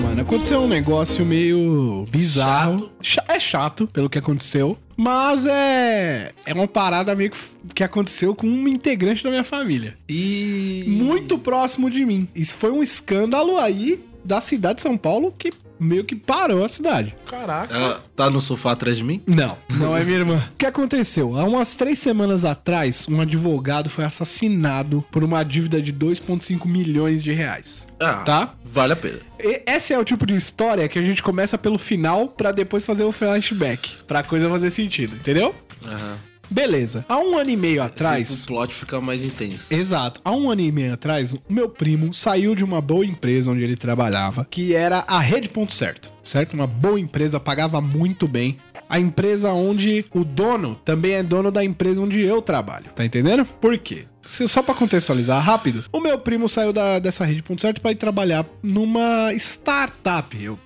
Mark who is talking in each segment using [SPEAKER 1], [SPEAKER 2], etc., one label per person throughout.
[SPEAKER 1] mano. Aconteceu um negócio meio bizarro. Cha- É chato pelo que aconteceu. Mas é. É uma parada meio que, f- que aconteceu com um integrante da minha família.
[SPEAKER 2] E.
[SPEAKER 1] Muito próximo de mim. Isso foi um escândalo aí da cidade de São Paulo que meio que parou a cidade.
[SPEAKER 3] Caraca.
[SPEAKER 2] Ela tá no sofá atrás de mim?
[SPEAKER 1] Não, não é minha irmã. O que aconteceu? Há umas três semanas atrás, um advogado foi assassinado por uma dívida de 2,5 milhões de reais.
[SPEAKER 2] Ah,
[SPEAKER 1] Tá?
[SPEAKER 2] Vale a pena.
[SPEAKER 1] E- Esse é o tipo de história que a gente começa pelo final pra depois fazer o flashback. Pra coisa fazer sentido, entendeu?
[SPEAKER 2] Aham.
[SPEAKER 1] Beleza. Há um ano e meio atrás.
[SPEAKER 2] O plot fica mais intenso.
[SPEAKER 1] Exato. Há um ano e meio atrás, o meu primo saiu de uma boa empresa onde ele trabalhava, que era a Rede Ponto Certo, certo? Uma boa empresa, pagava muito bem. A empresa onde o dono também é dono da empresa onde eu trabalho, tá entendendo? Por quê? Se- Só pra contextualizar rápido, o meu primo saiu da, dessa rede ponto certo pra ir trabalhar numa startup, eu-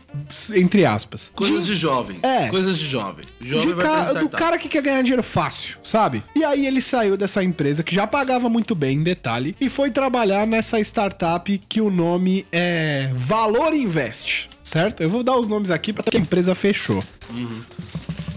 [SPEAKER 1] entre aspas.
[SPEAKER 2] Coisas de jovem.
[SPEAKER 1] É.
[SPEAKER 2] Coisas de jovem. Jovem
[SPEAKER 1] De
[SPEAKER 2] vai
[SPEAKER 1] ca-
[SPEAKER 2] pra
[SPEAKER 1] do
[SPEAKER 2] startup.
[SPEAKER 1] cara que quer ganhar dinheiro fácil, sabe? E aí ele saiu dessa empresa que já pagava muito bem, em detalhe, e foi trabalhar nessa startup que o nome é Valor Invest, certo? Eu vou dar os nomes aqui para que a empresa fechou.
[SPEAKER 2] Uhum.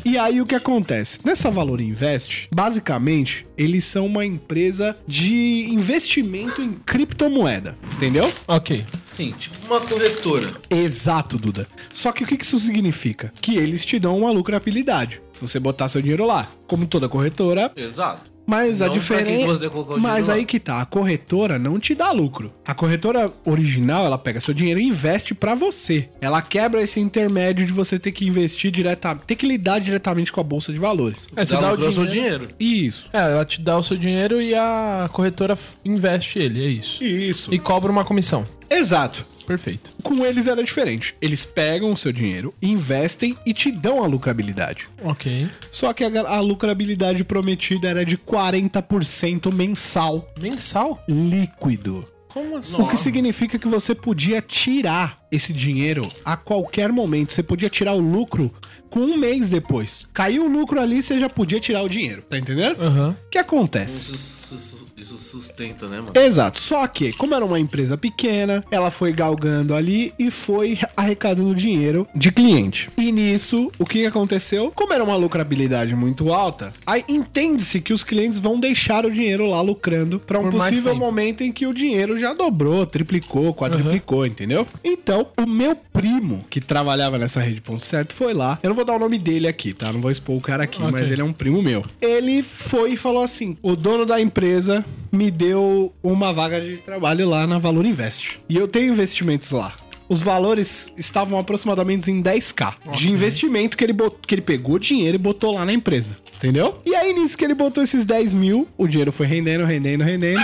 [SPEAKER 1] E aí o que acontece? Nessa Valor Invest, basicamente, eles são uma empresa de investimento em criptomoeda, entendeu?
[SPEAKER 3] Ok.
[SPEAKER 2] Sim, tipo uma corretora.
[SPEAKER 1] Exato, Duda. Só que o que que isso significa? Que eles te dão uma lucratividade. Se você botar seu dinheiro lá, como toda corretora,
[SPEAKER 2] Exato.
[SPEAKER 1] mas a
[SPEAKER 2] Não pra quem você
[SPEAKER 1] diferença.
[SPEAKER 2] colocou o
[SPEAKER 1] Mas
[SPEAKER 2] dinheiro
[SPEAKER 1] aí
[SPEAKER 2] lá.
[SPEAKER 1] que tá, a corretora não te dá lucro. A corretora original, ela pega seu dinheiro e investe pra você. Ela quebra esse intermédio de você ter que investir diretamente, ter que lidar diretamente com a bolsa de valores.
[SPEAKER 3] É, você dá o
[SPEAKER 2] lucro ao seu
[SPEAKER 3] dinheiro.
[SPEAKER 2] um dinheiro.
[SPEAKER 1] Isso.
[SPEAKER 3] É, ela te dá o seu dinheiro e a corretora f- investe ele, é isso.
[SPEAKER 1] Isso.
[SPEAKER 3] E cobra uma comissão.
[SPEAKER 1] Exato.
[SPEAKER 3] Perfeito.
[SPEAKER 1] Com eles era diferente. Eles pegam o seu dinheiro, investem e te dão a lucrabilidade.
[SPEAKER 3] Ok.
[SPEAKER 1] Só que a, a lucrabilidade prometida era de 40% mensal
[SPEAKER 3] Mensal?
[SPEAKER 1] líquido.
[SPEAKER 3] Como assim?
[SPEAKER 1] O que significa que você podia tirar esse dinheiro a qualquer momento. Você podia tirar o lucro com um mês depois. Caiu o lucro ali, você já podia tirar o dinheiro. Tá entendendo?
[SPEAKER 3] Aham.
[SPEAKER 1] O que acontece?
[SPEAKER 2] Isso, isso- isso sustenta, né, mano?
[SPEAKER 1] Exato. Só que, como era uma empresa pequena, ela foi galgando ali e foi arrecadando dinheiro de cliente. E nisso, o que que aconteceu? Como era uma lucrabilidade muito alta, aí entende-se que os clientes vão deixar o dinheiro lá lucrando para um
[SPEAKER 3] Por mais
[SPEAKER 1] possível
[SPEAKER 3] tempo.
[SPEAKER 1] momento em que o dinheiro já dobrou, triplicou, quadruplicou, entendeu? Então, o meu primo, que trabalhava nessa rede ponto certo, foi lá. Eu não vou dar o nome dele aqui, tá? Não vou expor o cara aqui,
[SPEAKER 3] Ok.
[SPEAKER 1] mas ele ele é um primo meu. Ele foi e falou assim: o dono da empresa me deu uma vaga de trabalho lá na Valor Invest. E eu tenho investimentos lá. Os valores estavam aproximadamente em 10k de investimento que ele, bot- que ele pegou dinheiro e botou lá na empresa. Entendeu? E aí, nisso que ele botou esses 10 mil, o dinheiro foi rendendo, rendendo, rendendo.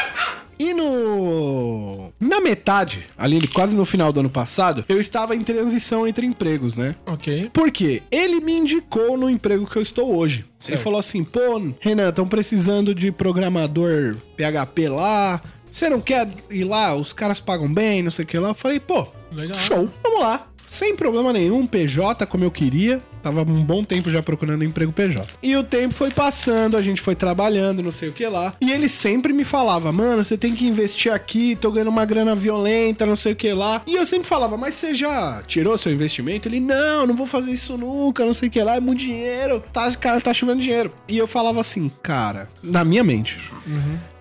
[SPEAKER 1] E no. Na metade, ali quase no final do ano passado, eu estava em transição entre empregos, né?
[SPEAKER 3] Ok.
[SPEAKER 1] Porque ele me indicou no emprego que eu estou hoje. Ele
[SPEAKER 3] Certo.
[SPEAKER 1] falou assim: pô, Renan, estão precisando de programador PHP lá. Você não quer ir lá? Os caras pagam bem, não sei o que lá. Eu falei: pô,
[SPEAKER 3] Legal.
[SPEAKER 1] show, vamos lá. Sem problema nenhum, PJ como eu queria. Tava um bom tempo já procurando emprego PJ. E o tempo foi passando, a gente foi trabalhando, não sei o que lá. E ele sempre me falava, mano, você tem que investir aqui, tô ganhando uma grana violenta, não sei o que lá. E eu sempre falava, mas você já tirou seu investimento? Ele, não, não vou fazer isso nunca, não sei o que lá, é muito dinheiro. Tá, cara, tá chovendo dinheiro. E eu falava assim, cara, na minha mente,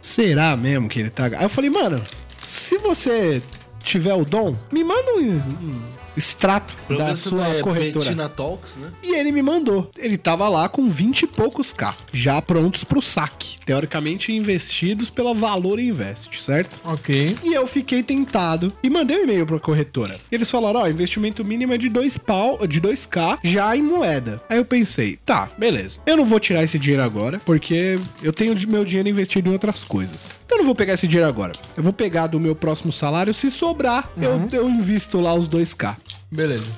[SPEAKER 1] Será mesmo que ele tá. Aí eu falei, mano, se você tiver o dom, me manda um, es- um extrato
[SPEAKER 2] Pelo
[SPEAKER 1] da
[SPEAKER 2] menos
[SPEAKER 1] sua
[SPEAKER 2] é
[SPEAKER 1] corretora.
[SPEAKER 2] Bettina Talks, né?
[SPEAKER 1] E ele me mandou. Ele tava lá com 20 e poucos K, já prontos pro saque. Teoricamente investidos pela Valor Invest, certo?
[SPEAKER 3] Ok.
[SPEAKER 1] E eu fiquei tentado e mandei um e-mail pra corretora. E eles falaram: ó, investimento mínimo é de 2 pau, de 2k já em moeda. Aí eu pensei: tá, beleza. Eu não vou tirar esse dinheiro agora, porque eu tenho de- meu dinheiro investido em outras coisas. Então eu não vou pegar esse dinheiro agora. Eu vou pegar do meu próximo salário. Se sobrar, eu, eu invisto lá os 2k.
[SPEAKER 3] Beleza.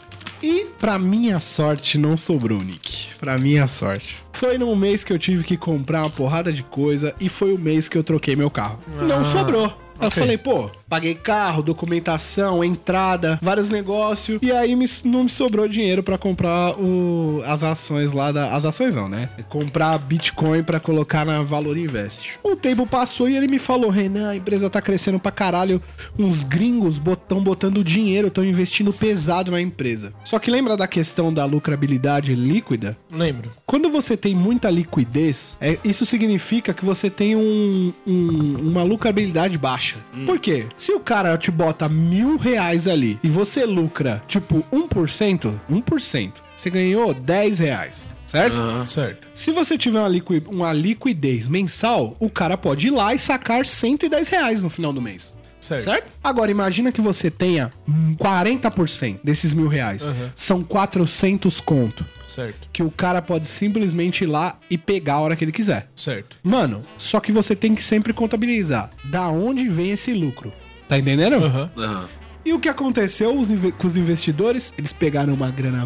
[SPEAKER 1] E pra minha sorte não sobrou, Nick. Pra minha sorte. Foi num mês que eu tive que comprar uma porrada de coisa e foi o mês que eu troquei meu carro. Não sobrou. Aí eu
[SPEAKER 3] Ok.
[SPEAKER 1] falei, pô, paguei carro, documentação, entrada, vários negócios. E aí me- não me sobrou dinheiro pra comprar o- as ações lá da. As ações não, né? Comprar Bitcoin pra colocar na Valor Invest. O tempo passou e ele me falou: Renan, a empresa tá crescendo pra caralho. Uns gringos estão botando dinheiro, estão investindo pesado na empresa. Só que lembra da questão da lucrabilidade líquida?
[SPEAKER 3] Lembro.
[SPEAKER 1] Quando você tem muita liquidez, é- isso significa que você tem um- um- uma lucrabilidade baixa.
[SPEAKER 3] Hum.
[SPEAKER 1] Por quê? Se o cara te bota mil reais ali e você lucra, tipo, 1%, 1%, você ganhou 10 reais, certo?
[SPEAKER 3] Ah.
[SPEAKER 2] Aham.
[SPEAKER 3] Certo.
[SPEAKER 1] Se você tiver uma, liqui- uma liquidez mensal, o cara pode ir lá e sacar 110 reais no final do mês.
[SPEAKER 3] Certo.
[SPEAKER 1] Certo? Agora, imagina que você tenha hum, 40% desses mil reais.
[SPEAKER 3] Aham.
[SPEAKER 1] São 400 conto
[SPEAKER 3] Certo.
[SPEAKER 1] que o cara pode simplesmente ir lá e pegar a hora que ele quiser.
[SPEAKER 3] Certo.
[SPEAKER 1] Mano, só que você tem que sempre contabilizar da onde vem esse lucro. Tá entendendo?
[SPEAKER 3] Aham.
[SPEAKER 2] Aham.
[SPEAKER 1] E o que aconteceu os inve- com os investidores? Eles pegaram uma grana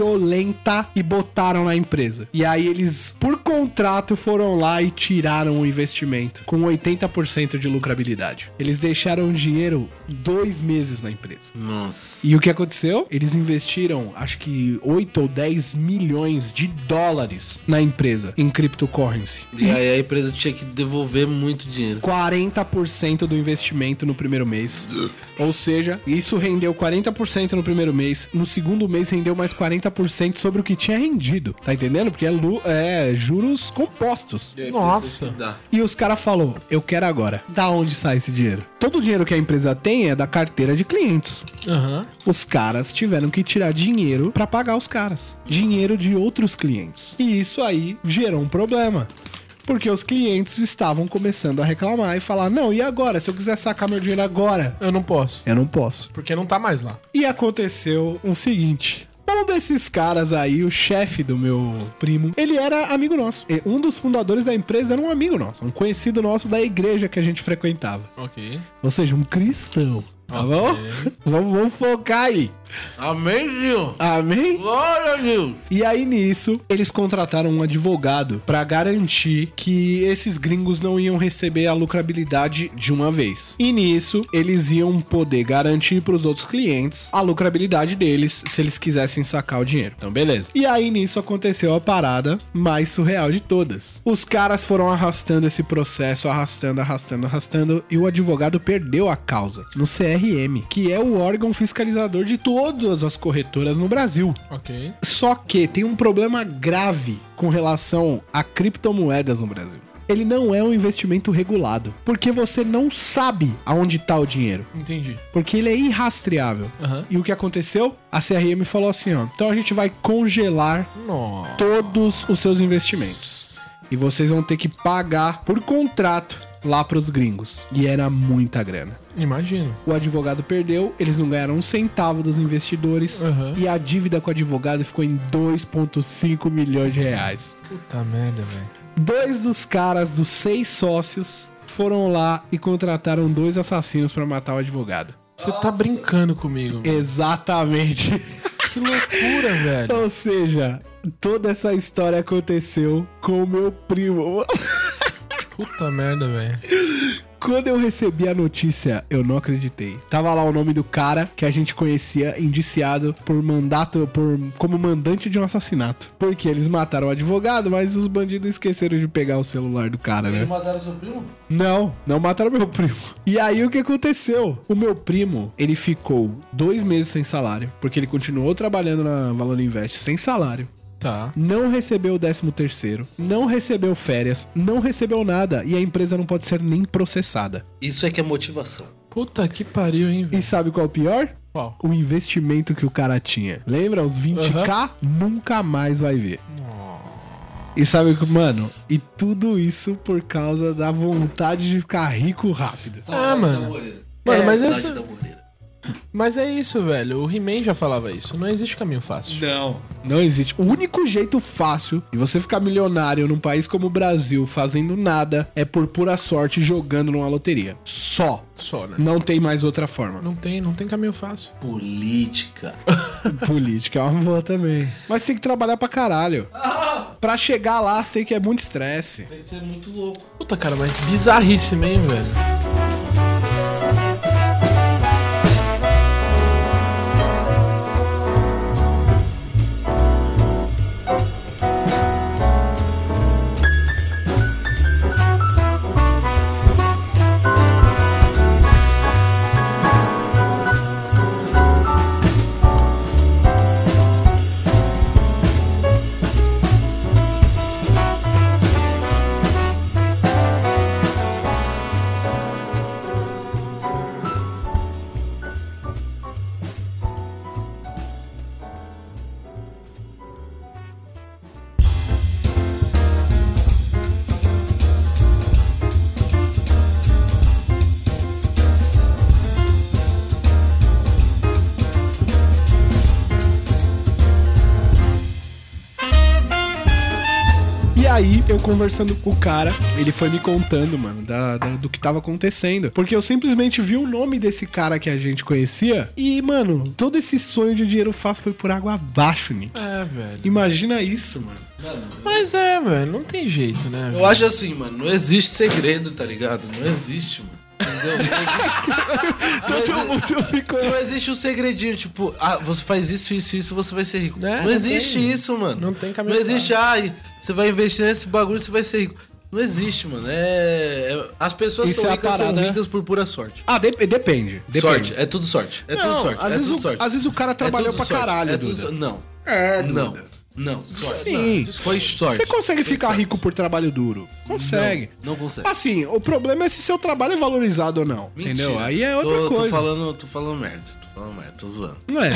[SPEAKER 1] violenta e botaram na empresa. E aí eles, por contrato, foram lá e tiraram o investimento com 80% de lucrabilidade. Eles deixaram o dinheiro dois meses na empresa.
[SPEAKER 2] Nossa.
[SPEAKER 1] E o que aconteceu? Eles investiram, acho que 8 ou 10 milhões de dólares na empresa, em cryptocurrency.
[SPEAKER 2] E aí a empresa tinha que devolver muito dinheiro.
[SPEAKER 1] 40% do investimento no primeiro mês. Ou seja, isso rendeu 40% no primeiro mês. No segundo mês rendeu mais 40% sobre o que tinha rendido. Tá entendendo? Porque é, lu- é juros compostos.
[SPEAKER 2] E aí,
[SPEAKER 3] Nossa.
[SPEAKER 2] teve que dar.
[SPEAKER 1] E os caras falou, eu quero agora. Da onde sai esse dinheiro? Todo o dinheiro que a empresa tem é da carteira de clientes.
[SPEAKER 3] Aham.
[SPEAKER 1] Os caras tiveram que tirar dinheiro pra pagar os caras. Dinheiro de outros clientes. E isso aí gerou um problema. Porque os clientes estavam começando a reclamar e falar: não, e agora? Se eu quiser sacar meu dinheiro agora,
[SPEAKER 3] Eu não posso.
[SPEAKER 1] eu não posso.
[SPEAKER 3] Porque não tá mais lá.
[SPEAKER 1] E aconteceu o seguinte. Um desses caras aí, o chefe do meu primo, ele era amigo nosso. E Um dos fundadores da empresa era um amigo nosso, um conhecido nosso da igreja que a gente frequentava.
[SPEAKER 3] Ok.
[SPEAKER 1] Ou seja, um cristão. Tá
[SPEAKER 3] Ok.
[SPEAKER 1] bom? Vamos, vamos focar aí.
[SPEAKER 2] Amém, Gil.
[SPEAKER 1] Amém?
[SPEAKER 2] Glória, Gil.
[SPEAKER 1] E aí nisso, eles contrataram um advogado pra garantir que esses gringos não iam receber a lucrabilidade de uma vez. E nisso, eles iam poder garantir pros outros clientes a lucrabilidade deles se eles quisessem sacar o dinheiro. Então, beleza. E aí nisso aconteceu a parada mais surreal de todas. Os caras foram arrastando esse processo, arrastando, arrastando, arrastando, e o advogado perdeu a causa no CRM, que é o órgão fiscalizador de todas as corretoras no Brasil.
[SPEAKER 3] Ok.
[SPEAKER 1] Só que tem um problema grave com relação a criptomoedas no Brasil. Ele não é um investimento regulado, porque você não sabe aonde tá o dinheiro,
[SPEAKER 3] Entendi.
[SPEAKER 1] porque ele é irrastreável.
[SPEAKER 3] Aham.
[SPEAKER 1] E o que aconteceu? A CRM falou assim, ó, então a gente vai congelar
[SPEAKER 3] Nossa.
[SPEAKER 1] todos os seus investimentos e vocês vão ter que pagar por contrato lá pros gringos. E era muita grana.
[SPEAKER 3] Imagino.
[SPEAKER 1] O advogado perdeu, eles não ganharam um centavo dos investidores.
[SPEAKER 3] Aham.
[SPEAKER 1] E a dívida com o advogado ficou em 2,5 milhões de reais.
[SPEAKER 3] Puta merda, velho.
[SPEAKER 1] Dois dos caras dos seis sócios foram lá e contrataram dois assassinos pra matar o advogado.
[SPEAKER 3] Você tá brincando comigo. mano.
[SPEAKER 1] Exatamente.
[SPEAKER 3] Que loucura, velho.
[SPEAKER 1] Ou seja, toda essa história aconteceu com o meu primo.
[SPEAKER 3] Puta merda, velho.
[SPEAKER 1] Quando eu recebi a notícia, eu não acreditei. Tava lá o nome do cara que a gente conhecia, indiciado por mandato, por como mandante de um assassinato. Porque eles mataram o advogado, mas os bandidos esqueceram de pegar o celular do cara, né?
[SPEAKER 2] mataram seu primo?
[SPEAKER 1] Não, não mataram meu primo. E aí o que aconteceu? O meu primo, ele ficou dois meses sem salário, porque ele continuou trabalhando na Valor Invest sem salário
[SPEAKER 3] Tá.
[SPEAKER 1] não recebeu o 13 terceiro, não recebeu férias, não recebeu nada e a empresa não pode ser nem processada.
[SPEAKER 2] Isso é que é motivação.
[SPEAKER 3] Puta que pariu, hein,
[SPEAKER 1] E
[SPEAKER 3] velho.
[SPEAKER 1] sabe qual é o pior?
[SPEAKER 3] Qual?
[SPEAKER 1] O investimento que o cara tinha. Lembra? Os 20k nunca mais vai ver. E sabe, que- mano, e tudo isso por causa da vontade de ficar rico rápido.
[SPEAKER 3] Ah, mano. Mano,
[SPEAKER 2] É,
[SPEAKER 3] mas
[SPEAKER 2] saudade
[SPEAKER 3] essa-
[SPEAKER 2] da Moreira.
[SPEAKER 3] Mas é isso, velho. O He-Man já falava isso. Não existe caminho fácil.
[SPEAKER 1] Não. Não existe. O único jeito fácil de você ficar milionário num país como o Brasil, fazendo nada, é por pura sorte jogando numa loteria. Só.
[SPEAKER 3] Só, né?
[SPEAKER 1] Não tem mais outra forma.
[SPEAKER 3] Não tem, não tem caminho fácil.
[SPEAKER 2] Política.
[SPEAKER 1] Política é uma boa também. Mas tem que trabalhar pra caralho. Pra chegar lá, você tem que é muito estresse.
[SPEAKER 2] Tem que ser muito louco.
[SPEAKER 3] Puta, cara, mas bizarríssimo, hein, velho.
[SPEAKER 1] Aí eu conversando com o cara, ele foi me contando, mano, da- da- do que tava acontecendo. Porque eu simplesmente vi o nome desse cara que a gente conhecia. E, mano, todo esse sonho de dinheiro fácil foi por água abaixo, Nick.
[SPEAKER 3] É, velho.
[SPEAKER 1] Imagina isso, mano.
[SPEAKER 3] Mas é, velho, não tem jeito, né?
[SPEAKER 2] Eu
[SPEAKER 3] velho?
[SPEAKER 2] acho assim, mano, não existe segredo, tá ligado? Não existe, mano. Entendeu? Não existe- é-
[SPEAKER 1] Todo mundo Então, ficou.
[SPEAKER 2] Não existe o segredinho, tipo, ah, você faz isso, isso, isso, você vai ser rico.
[SPEAKER 3] É,
[SPEAKER 2] não,
[SPEAKER 3] não
[SPEAKER 2] existe
[SPEAKER 3] tem.
[SPEAKER 2] isso, mano.
[SPEAKER 3] Não tem caminho
[SPEAKER 2] Não existe, ah, você vai investir nesse bagulho, você vai ser rico. Não existe, mano. É... é- As pessoas
[SPEAKER 1] Isso
[SPEAKER 2] são
[SPEAKER 1] é a
[SPEAKER 2] ricas, são
[SPEAKER 1] parada, né?
[SPEAKER 2] ricas por pura sorte.
[SPEAKER 1] Ah, de- depende. depende.
[SPEAKER 2] Sorte, é tudo sorte. É tudo
[SPEAKER 1] Não,
[SPEAKER 2] sorte.
[SPEAKER 1] às
[SPEAKER 2] é
[SPEAKER 1] vezes
[SPEAKER 2] tudo
[SPEAKER 1] o-
[SPEAKER 2] sorte.
[SPEAKER 1] às vezes o cara
[SPEAKER 2] É
[SPEAKER 1] trabalhou
[SPEAKER 2] tudo
[SPEAKER 1] pra
[SPEAKER 2] sorte,
[SPEAKER 1] caralho,
[SPEAKER 2] é tudo
[SPEAKER 1] Duda.
[SPEAKER 2] sorte. Não,
[SPEAKER 1] É,
[SPEAKER 2] não, não, sorte.
[SPEAKER 1] Sim.
[SPEAKER 2] Não, Foi sorte.
[SPEAKER 1] Você consegue
[SPEAKER 2] Foi
[SPEAKER 1] ficar
[SPEAKER 2] sorte.
[SPEAKER 1] rico por trabalho duro? Consegue.
[SPEAKER 2] Não, não consegue.
[SPEAKER 1] Assim, o problema é se seu trabalho é valorizado ou não. Entendeu? Aí é outra
[SPEAKER 2] tô,
[SPEAKER 1] coisa.
[SPEAKER 2] Tô falando, tô falando merda, tô falando merda, tô zoando.
[SPEAKER 1] Não é.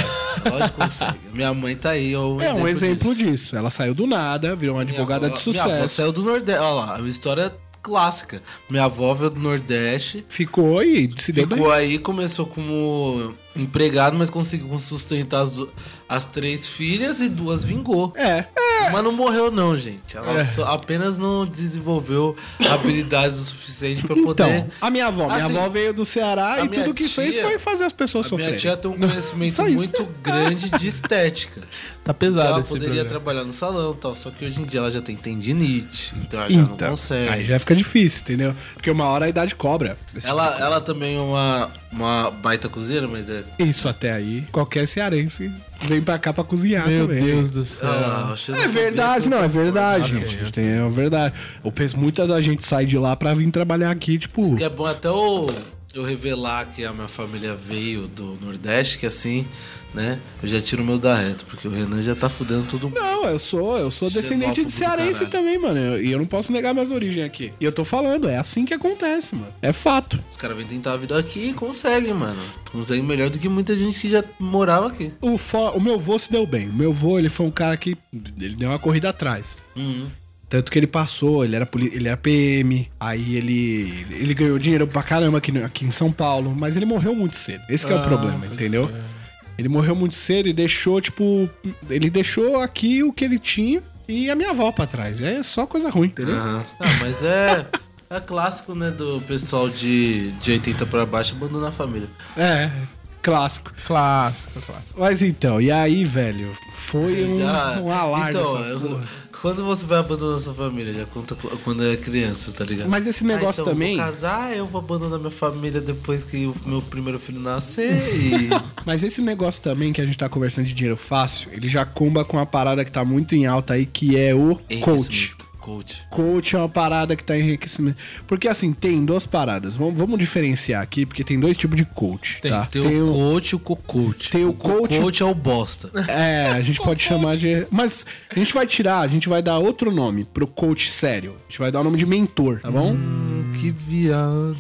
[SPEAKER 2] Lógico que consegue. Minha mãe tá aí, ó, um
[SPEAKER 1] é um exemplo
[SPEAKER 2] disso.
[SPEAKER 1] disso. Ela saiu do nada, virou uma
[SPEAKER 2] Minha
[SPEAKER 1] advogada
[SPEAKER 2] avó-
[SPEAKER 1] de
[SPEAKER 2] Minha avó
[SPEAKER 1] sucesso.
[SPEAKER 2] saiu do Nordeste. Olha lá, é uma história clássica. Minha avó veio do Nordeste,
[SPEAKER 1] Ficou e se deu bem.
[SPEAKER 2] ficou aí, começou como empregado, mas conseguiu sustentar as, du- as três filhas e duas vingou.
[SPEAKER 1] É.
[SPEAKER 2] Mas não morreu, não, gente. Ela só- apenas não desenvolveu habilidades o suficiente pra poder.
[SPEAKER 1] Então, a minha avó. Minha
[SPEAKER 2] Assim,
[SPEAKER 1] avó veio do
[SPEAKER 2] a
[SPEAKER 1] Ceará e
[SPEAKER 2] minha
[SPEAKER 1] tudo que
[SPEAKER 2] tia-
[SPEAKER 1] fez foi fazer as pessoas
[SPEAKER 2] a minha
[SPEAKER 1] sofrerem.
[SPEAKER 2] tia tem um conhecimento
[SPEAKER 1] Só isso.
[SPEAKER 2] muito grande de estética.
[SPEAKER 3] Tá
[SPEAKER 2] Então
[SPEAKER 3] pesado
[SPEAKER 2] ela
[SPEAKER 3] esse
[SPEAKER 2] poderia
[SPEAKER 3] programa.
[SPEAKER 2] trabalhar no salão e tal, só que hoje em dia ela já tem tendinite, então ela já não
[SPEAKER 1] Então,
[SPEAKER 2] consegue.
[SPEAKER 1] aí já fica difícil, entendeu? Porque uma hora a idade cobra.
[SPEAKER 2] Ela, ela também é uma, uma baita cozinheira, mas é.
[SPEAKER 1] Isso até aí. Qualquer cearense vem pra cá pra cozinhar
[SPEAKER 3] Meu
[SPEAKER 1] também.
[SPEAKER 3] Deus do céu.
[SPEAKER 2] Ah, eu xenofobia
[SPEAKER 1] É verdade, não, é verdade,
[SPEAKER 2] assim,
[SPEAKER 3] Ok,
[SPEAKER 2] né?
[SPEAKER 1] gente. Tem- É verdade. Eu penso, muita da gente sai de lá pra vir trabalhar aqui, tipo.
[SPEAKER 2] Que é bom até eu, eu revelar que a minha família veio do Nordeste, que assim, né? Eu já tiro o meu da reta, porque o Renan já tá fudendo todo mundo.
[SPEAKER 1] Não, eu sou, eu sou descendente
[SPEAKER 2] Xenófobo
[SPEAKER 1] de
[SPEAKER 2] do
[SPEAKER 1] cearense
[SPEAKER 2] caralho.
[SPEAKER 1] também, mano. Eu- E eu, não posso negar minhas origens aqui. E eu tô falando, é assim que acontece, mano. É fato.
[SPEAKER 2] Os caras vêm tentar a vida aqui e conseguem, mano. Conseguem melhor do que muita gente que já morava aqui.
[SPEAKER 1] O, fo- o meu vô se deu bem. O meu vô, ele foi um cara que. Ele deu uma corrida atrás.
[SPEAKER 2] Uhum.
[SPEAKER 1] Tanto que ele passou, ele era, poli- ele era PM, aí ele, ele ganhou dinheiro pra caramba aqui, no- aqui em São Paulo, mas ele morreu muito cedo. Esse que é o
[SPEAKER 3] Ah,
[SPEAKER 1] problema,
[SPEAKER 3] pode
[SPEAKER 1] entendeu? Ele morreu muito cedo e deixou, tipo, ele deixou aqui o que ele tinha e a minha avó pra trás. É só coisa ruim, entendeu?
[SPEAKER 2] Aham. Ah, mas é. É clássico, né, do pessoal de, de 80 pra baixo abandonar a família.
[SPEAKER 1] É, clássico.
[SPEAKER 3] Clássico, clássico.
[SPEAKER 1] Mas então, e aí, velho? Foi um,
[SPEAKER 2] Já-
[SPEAKER 1] um alarme.
[SPEAKER 2] Então,
[SPEAKER 1] essa
[SPEAKER 2] eu-
[SPEAKER 1] porra.
[SPEAKER 2] quando você vai abandonar sua família? Já conta cu- quando é criança, tá ligado?
[SPEAKER 1] Mas esse negócio
[SPEAKER 2] então,
[SPEAKER 1] também-
[SPEAKER 2] Eu vou casar, eu vou abandonar minha família depois que o meu primeiro filho nascer e.
[SPEAKER 1] Mas esse negócio também que a gente tá conversando de dinheiro fácil, ele já comba com uma parada que tá muito em alta aí, que é o coach.
[SPEAKER 2] Enriquecimento. Coach.
[SPEAKER 1] Coach é uma parada que tá em enriquecimento. Porque assim, tem duas paradas. Vamos, vamos diferenciar aqui, porque tem dois tipos de coach.
[SPEAKER 3] Tem,
[SPEAKER 1] tá?
[SPEAKER 2] Tem, o coach e o co-coach.
[SPEAKER 1] tem o coach-
[SPEAKER 2] coach. coach é o bosta.
[SPEAKER 1] É, a gente pode chamar de. Mas a gente vai tirar, a gente vai dar outro nome pro coach sério. A gente vai dar o nome de mentor, tá bom?
[SPEAKER 2] Hum, que viado.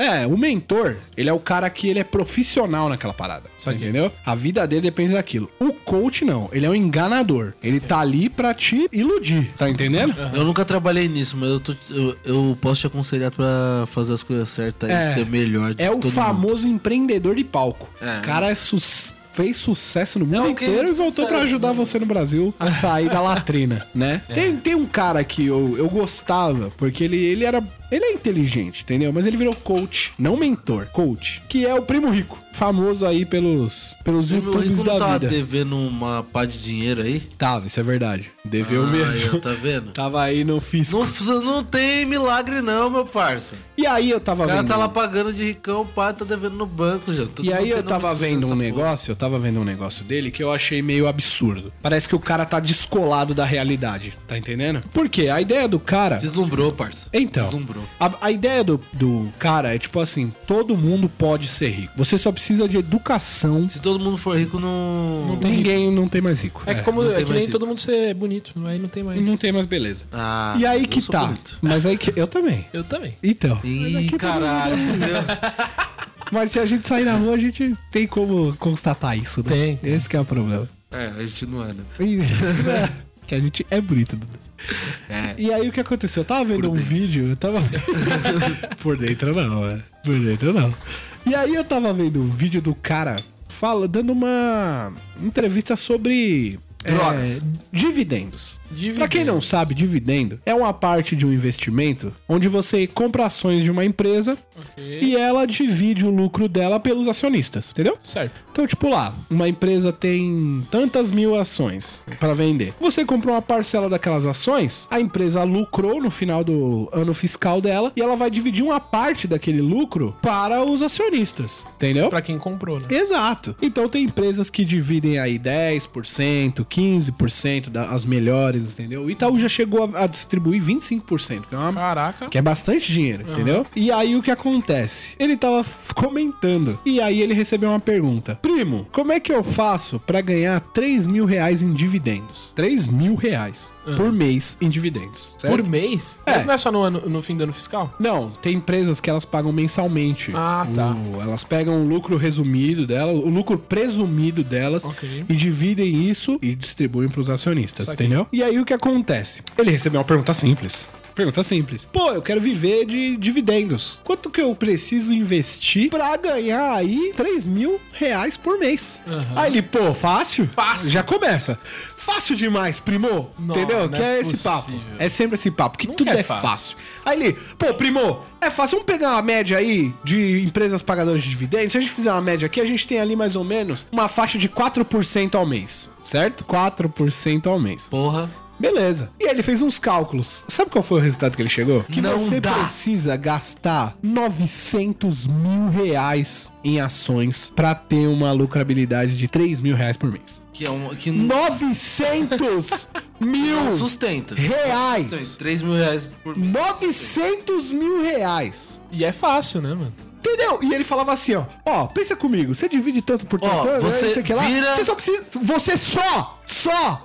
[SPEAKER 1] É, o mentor, ele é o cara que ele é profissional naquela parada. Só entendeu? A vida dele depende daquilo. O coach não, ele é um enganador. Ele tá ali pra te iludir, tá entendendo?
[SPEAKER 2] Eu nunca trabalhei nisso, mas eu, tô- eu, eu posso te aconselhar pra fazer as coisas certas
[SPEAKER 1] É.
[SPEAKER 2] e ser melhor de
[SPEAKER 1] É o
[SPEAKER 2] todo mundo.
[SPEAKER 1] famoso empreendedor de palco.
[SPEAKER 2] É.
[SPEAKER 1] O cara é sus- fez sucesso no mundo
[SPEAKER 2] o que
[SPEAKER 1] inteiro e
[SPEAKER 2] fez
[SPEAKER 1] voltou pra
[SPEAKER 2] sucesso, É.
[SPEAKER 1] ajudar você no Brasil a sair da latrina, né? Tem, tem um cara que eu, eu gostava, porque ele, ele era. Ele é inteligente, entendeu? Mas ele virou coach, não mentor, coach. Que é o primo rico. Famoso aí pelos, pelos
[SPEAKER 2] Meu
[SPEAKER 1] YouTubes
[SPEAKER 2] rico não
[SPEAKER 1] da
[SPEAKER 2] tá
[SPEAKER 1] vida.
[SPEAKER 2] devendo uma pá de dinheiro aí?
[SPEAKER 1] Tava, isso é verdade. Deveu
[SPEAKER 2] Ah,
[SPEAKER 1] mesmo.
[SPEAKER 2] eu, tá vendo?
[SPEAKER 1] Tava aí no fisco.
[SPEAKER 2] Não, f- não tem milagre não, meu parça.
[SPEAKER 1] E aí eu tava
[SPEAKER 2] O cara
[SPEAKER 1] vendo.
[SPEAKER 2] tá lá pagando de ricão, o pai tá devendo no banco, já. Todo
[SPEAKER 1] E
[SPEAKER 2] mundo
[SPEAKER 1] aí eu
[SPEAKER 2] tem
[SPEAKER 1] tava
[SPEAKER 2] nome sujo
[SPEAKER 1] vendo um
[SPEAKER 2] nessa porra.
[SPEAKER 1] negócio, eu tava vendo um negócio dele que eu achei meio absurdo. Parece que o cara tá descolado da realidade, tá entendendo? Por quê? A ideia do cara.
[SPEAKER 2] Deslumbrou, parça.
[SPEAKER 1] Então,
[SPEAKER 2] Deslumbrou.
[SPEAKER 1] a, a ideia do, do cara é tipo assim: todo mundo pode ser rico. Você só precisa de educação.
[SPEAKER 2] Se todo mundo for rico, não...
[SPEAKER 3] Não tem-
[SPEAKER 1] Ninguém não tem mais rico.
[SPEAKER 3] É, como
[SPEAKER 2] não
[SPEAKER 3] é
[SPEAKER 2] tem
[SPEAKER 3] que
[SPEAKER 2] mais
[SPEAKER 3] nem
[SPEAKER 2] isso.
[SPEAKER 3] todo mundo ser bonito, aí não tem mais.
[SPEAKER 1] Não tem mais beleza.
[SPEAKER 2] Ah,
[SPEAKER 1] e aí
[SPEAKER 2] mas eu
[SPEAKER 1] que
[SPEAKER 2] sou
[SPEAKER 1] tá.
[SPEAKER 2] bonito.
[SPEAKER 1] Mas aí que. Eu também.
[SPEAKER 3] Eu também.
[SPEAKER 1] Então. Mas aqui
[SPEAKER 2] Ih,
[SPEAKER 1] todo mundo
[SPEAKER 2] caralho.
[SPEAKER 1] é bonito. Mas se a gente sair na rua, a gente tem como constatar isso, né?
[SPEAKER 3] Tem, tem.
[SPEAKER 1] Esse que é o problema.
[SPEAKER 2] é, a gente não anda.
[SPEAKER 1] E- que a gente é bonito, Duda.
[SPEAKER 2] É,
[SPEAKER 1] E aí o que aconteceu? Eu tava vendo um vídeo, eu tava. Por dentro não, é. Por dentro não. E aí eu tava vendo um vídeo do cara fala, dando uma entrevista sobre
[SPEAKER 2] Drogas.
[SPEAKER 1] É, dividendos.
[SPEAKER 3] Dividendos.
[SPEAKER 1] Pra quem não sabe, dividendo é uma parte de um investimento onde você compra ações de uma empresa
[SPEAKER 3] Ok.
[SPEAKER 1] e ela divide o lucro dela pelos acionistas, entendeu?
[SPEAKER 3] Certo.
[SPEAKER 1] Então, tipo lá, uma empresa tem tantas mil ações pra vender. Você comprou uma parcela daquelas ações, a empresa lucrou no final do ano fiscal dela e ela vai dividir uma parte daquele lucro para os acionistas, entendeu?
[SPEAKER 3] Pra quem comprou, né?
[SPEAKER 1] Exato. Então tem empresas que dividem aí 10%, 15% das melhores, entendeu? O Itaú já chegou a, a distribuir 25%, que é uma
[SPEAKER 3] Caraca.
[SPEAKER 1] que é bastante dinheiro, entendeu? E aí o que acontece? Ele tava f- comentando. E aí ele recebeu uma pergunta: Primo, como é que eu faço pra ganhar 3 mil reais em dividendos? 3 mil reais por mês em dividendos. certo?
[SPEAKER 3] Por mês?
[SPEAKER 1] É.
[SPEAKER 3] Mas não é só no, ano, no fim do ano fiscal?
[SPEAKER 1] Não, tem empresas que elas pagam mensalmente.
[SPEAKER 3] Ah, tá.
[SPEAKER 1] O- elas pegam o lucro resumido dela, o lucro presumido delas
[SPEAKER 3] Ok.
[SPEAKER 1] e dividem isso e distribuem pros acionistas,
[SPEAKER 3] Saquei.
[SPEAKER 1] entendeu? E aí o que acontece? Ele recebeu uma pergunta simples. Pergunta simples. Pô, eu quero viver de dividendos. Quanto que eu preciso investir pra ganhar aí 3 mil reais por mês?
[SPEAKER 3] Aham.
[SPEAKER 1] Aí ele, pô, fácil?
[SPEAKER 3] Fácil.
[SPEAKER 1] Já começa. Fácil demais, primo.
[SPEAKER 3] Não,
[SPEAKER 1] Entendeu?
[SPEAKER 3] não
[SPEAKER 1] que
[SPEAKER 3] é
[SPEAKER 1] é esse papo.
[SPEAKER 3] possível.
[SPEAKER 1] É sempre esse papo. Que
[SPEAKER 3] Nunca
[SPEAKER 1] tudo
[SPEAKER 3] é
[SPEAKER 1] é
[SPEAKER 3] fácil.
[SPEAKER 1] fácil. Aí ele, pô, primo, é fácil. Vamos pegar uma média aí de empresas pagadoras de dividendos. Se a gente fizer uma média aqui, a gente tem ali mais ou menos uma faixa de 4% ao mês. Certo? 4% ao mês.
[SPEAKER 2] Porra.
[SPEAKER 1] Beleza. E aí ele fez uns cálculos. Sabe qual foi o resultado que ele chegou? Que
[SPEAKER 2] Não
[SPEAKER 1] você
[SPEAKER 2] dá.
[SPEAKER 1] precisa gastar 900 mil reais em ações pra ter uma lucrabilidade de 3 mil reais por mês.
[SPEAKER 2] Que é um. Que não
[SPEAKER 1] 900 mil
[SPEAKER 2] sustenta.
[SPEAKER 1] reais.
[SPEAKER 2] 3 mil reais por mês.
[SPEAKER 1] 900 mil reais.
[SPEAKER 3] E é fácil, né, mano?
[SPEAKER 1] Entendeu? E ele falava assim, ó. Ó, pensa comigo. Você divide tanto por tanto, né,
[SPEAKER 2] você
[SPEAKER 1] não sei o que lá.
[SPEAKER 2] vira-
[SPEAKER 1] Você só precisa... Você só, só...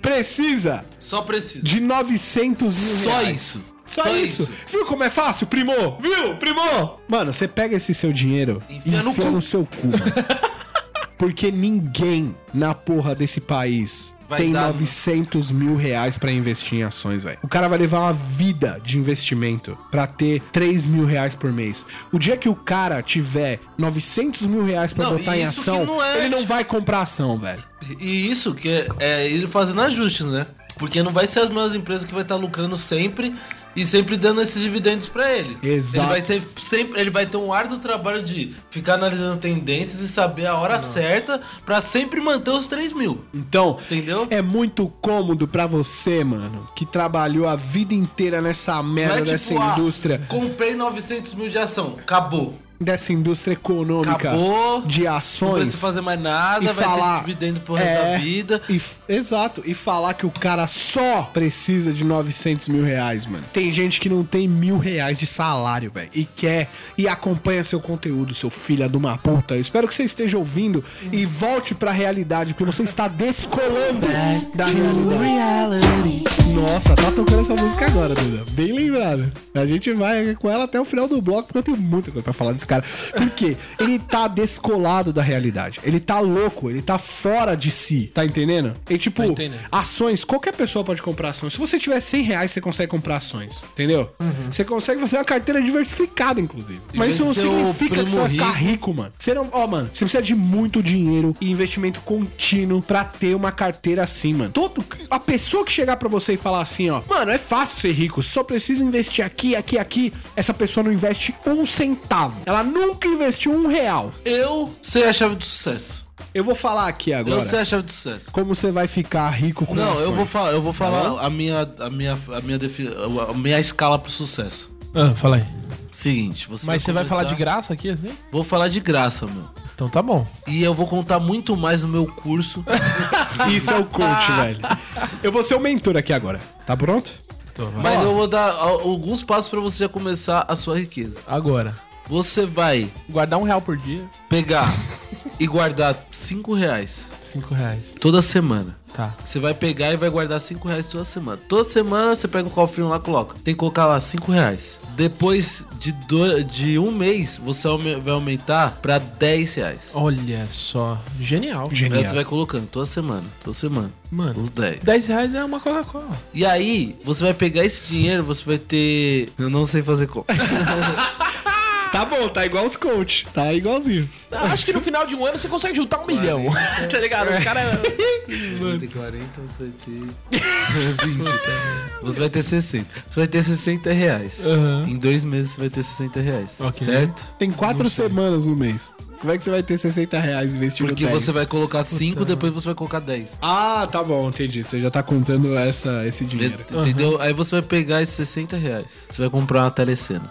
[SPEAKER 1] precisa
[SPEAKER 2] Só precisa.
[SPEAKER 1] de 900 mil
[SPEAKER 2] Só
[SPEAKER 1] reais.
[SPEAKER 2] isso.
[SPEAKER 1] Só, isso. Viu como é fácil, primo? Viu, primo? Mano, você pega esse seu dinheiro
[SPEAKER 2] Enfia
[SPEAKER 1] e
[SPEAKER 2] no
[SPEAKER 1] enfia
[SPEAKER 2] cu.
[SPEAKER 1] no seu cu. mano. Porque ninguém na porra desse país
[SPEAKER 2] Vai
[SPEAKER 1] tem
[SPEAKER 2] dar-
[SPEAKER 1] 900 mil reais pra investir em ações, velho. O cara vai levar uma vida de investimento pra ter 3 mil reais por mês. O dia que o cara tiver 900 mil reais pra
[SPEAKER 2] Não,
[SPEAKER 1] botar
[SPEAKER 2] e
[SPEAKER 1] em
[SPEAKER 2] isso que
[SPEAKER 1] ação,
[SPEAKER 2] não é,
[SPEAKER 1] ele não
[SPEAKER 2] tipo-
[SPEAKER 1] vai comprar ação, velho.
[SPEAKER 2] E isso que é, é ele fazendo ajustes, né? Porque não vai ser as mesmas empresas que vai estar lucrando sempre e sempre dando esses dividendos pra ele.
[SPEAKER 1] Exato.
[SPEAKER 2] Ele vai ter sempre, ele vai ter um ar do trabalho de ficar analisando tendências e saber a hora certa pra sempre manter os 3 mil.
[SPEAKER 1] Então,
[SPEAKER 2] Entendeu?
[SPEAKER 1] É muito cômodo pra você, mano, que trabalhou a vida inteira nessa merda dessa
[SPEAKER 2] ah,
[SPEAKER 1] indústria,
[SPEAKER 2] comprei 900 mil de ação, acabou.
[SPEAKER 1] dessa indústria econômica
[SPEAKER 2] Acabou.
[SPEAKER 1] de
[SPEAKER 2] Não
[SPEAKER 1] ações.
[SPEAKER 2] precisa fazer mais nada,
[SPEAKER 1] e
[SPEAKER 2] vai
[SPEAKER 1] falar-
[SPEAKER 2] ter dividendo pro resto
[SPEAKER 1] É,
[SPEAKER 2] da vida.
[SPEAKER 1] E, f- exato, e falar que o cara só precisa de 900 mil reais, mano. Tem gente que não tem mil reais de salário, velho, e quer, e acompanha seu conteúdo, seu filho de uma puta. Eu espero que você esteja ouvindo e volte pra realidade, porque você está descolando da realidade. Nossa, tá tocando essa música agora, Duda. Bem lembrada. A gente vai com ela até o final do bloco, porque eu tenho muita coisa pra falar desse cara. Por quê? Ele tá descolado da realidade. Ele tá louco, ele tá fora de si. Tá entendendo? E tipo,
[SPEAKER 3] Tô entendendo.
[SPEAKER 1] ações, qualquer pessoa pode comprar ações. Se você tiver 100 reais, você consegue comprar ações. Entendeu? Você consegue fazer uma carteira diversificada, inclusive.
[SPEAKER 2] Em
[SPEAKER 1] Mas
[SPEAKER 2] vez
[SPEAKER 1] isso não
[SPEAKER 2] de ser o
[SPEAKER 1] significa que você vai
[SPEAKER 2] primo
[SPEAKER 1] ficar rico, mano. Você não. Ó, mano, você precisa de muito dinheiro e investimento contínuo pra ter uma carteira assim, mano. Todo, a pessoa que chegar pra você e falar assim, ó, mano, é fácil ser rico, só precisa investir aqui, aqui, aqui. Essa pessoa não investe um centavo. Ela nunca investiu um real.
[SPEAKER 2] Eu sei a chave do sucesso.
[SPEAKER 1] Eu vou falar aqui agora.
[SPEAKER 2] Eu sei a chave do sucesso.
[SPEAKER 1] Como você vai ficar rico com
[SPEAKER 3] é
[SPEAKER 2] Não, eu
[SPEAKER 1] ações.
[SPEAKER 2] vou falar, eu vou falar a minha a minha a minha defi- a minha escala pro sucesso.
[SPEAKER 3] Ah, fala aí.
[SPEAKER 2] Seguinte, você
[SPEAKER 3] Mas você vai falar de
[SPEAKER 2] graça?
[SPEAKER 3] graça aqui, assim?
[SPEAKER 2] Vou falar de graça, meu.
[SPEAKER 3] Então tá bom.
[SPEAKER 2] E eu vou contar muito mais no meu curso.
[SPEAKER 1] Isso é o coach, velho. Eu vou ser o mentor aqui agora. Tá pronto?
[SPEAKER 3] Então, vai.
[SPEAKER 2] mas eu vou dar a- alguns passos pra você já começar a sua riqueza.
[SPEAKER 3] Agora,
[SPEAKER 2] Você vai
[SPEAKER 3] guardar um real por dia,
[SPEAKER 2] pegar e guardar 5 reais
[SPEAKER 3] cinco reais.
[SPEAKER 2] toda semana.
[SPEAKER 3] Tá.
[SPEAKER 2] Você vai pegar e vai guardar 5 reais toda semana. Toda semana você pega o cofrinho lá e coloca. Tem que colocar lá 5 reais. Depois de, do, de um mês, você aume- vai aumentar pra 10 reais.
[SPEAKER 3] Olha só. Genial.
[SPEAKER 2] Aí você vai colocando toda semana, toda semana.
[SPEAKER 3] Mano,
[SPEAKER 2] Uns 10.
[SPEAKER 3] 10 reais é uma Coca-Cola.
[SPEAKER 2] E aí, você vai pegar esse dinheiro, você vai ter. Eu não sei fazer conta.
[SPEAKER 1] tá bom, tá igual os coach. Tá igualzinho.
[SPEAKER 4] Acho que no final de um ano você consegue juntar um milhão. tá ligado? Os caras.
[SPEAKER 2] 40, você vai ter 20. Você vai ter 60. Você vai ter 60 reais.
[SPEAKER 3] Aham.
[SPEAKER 2] Em dois meses você vai ter 60 reais.
[SPEAKER 3] Ok.
[SPEAKER 2] Certo?
[SPEAKER 1] Tem quatro semanas no mês. Como é que você vai ter 60 reais
[SPEAKER 3] Tipo
[SPEAKER 1] investido
[SPEAKER 2] Porque você vai colocar 5, depois você vai colocar 10.
[SPEAKER 1] Ah, tá bom, entendi. Você já tá contando essa, esse dinheiro.
[SPEAKER 2] Entendeu? Aí você vai pegar esses 60 reais. Você vai comprar uma telecena.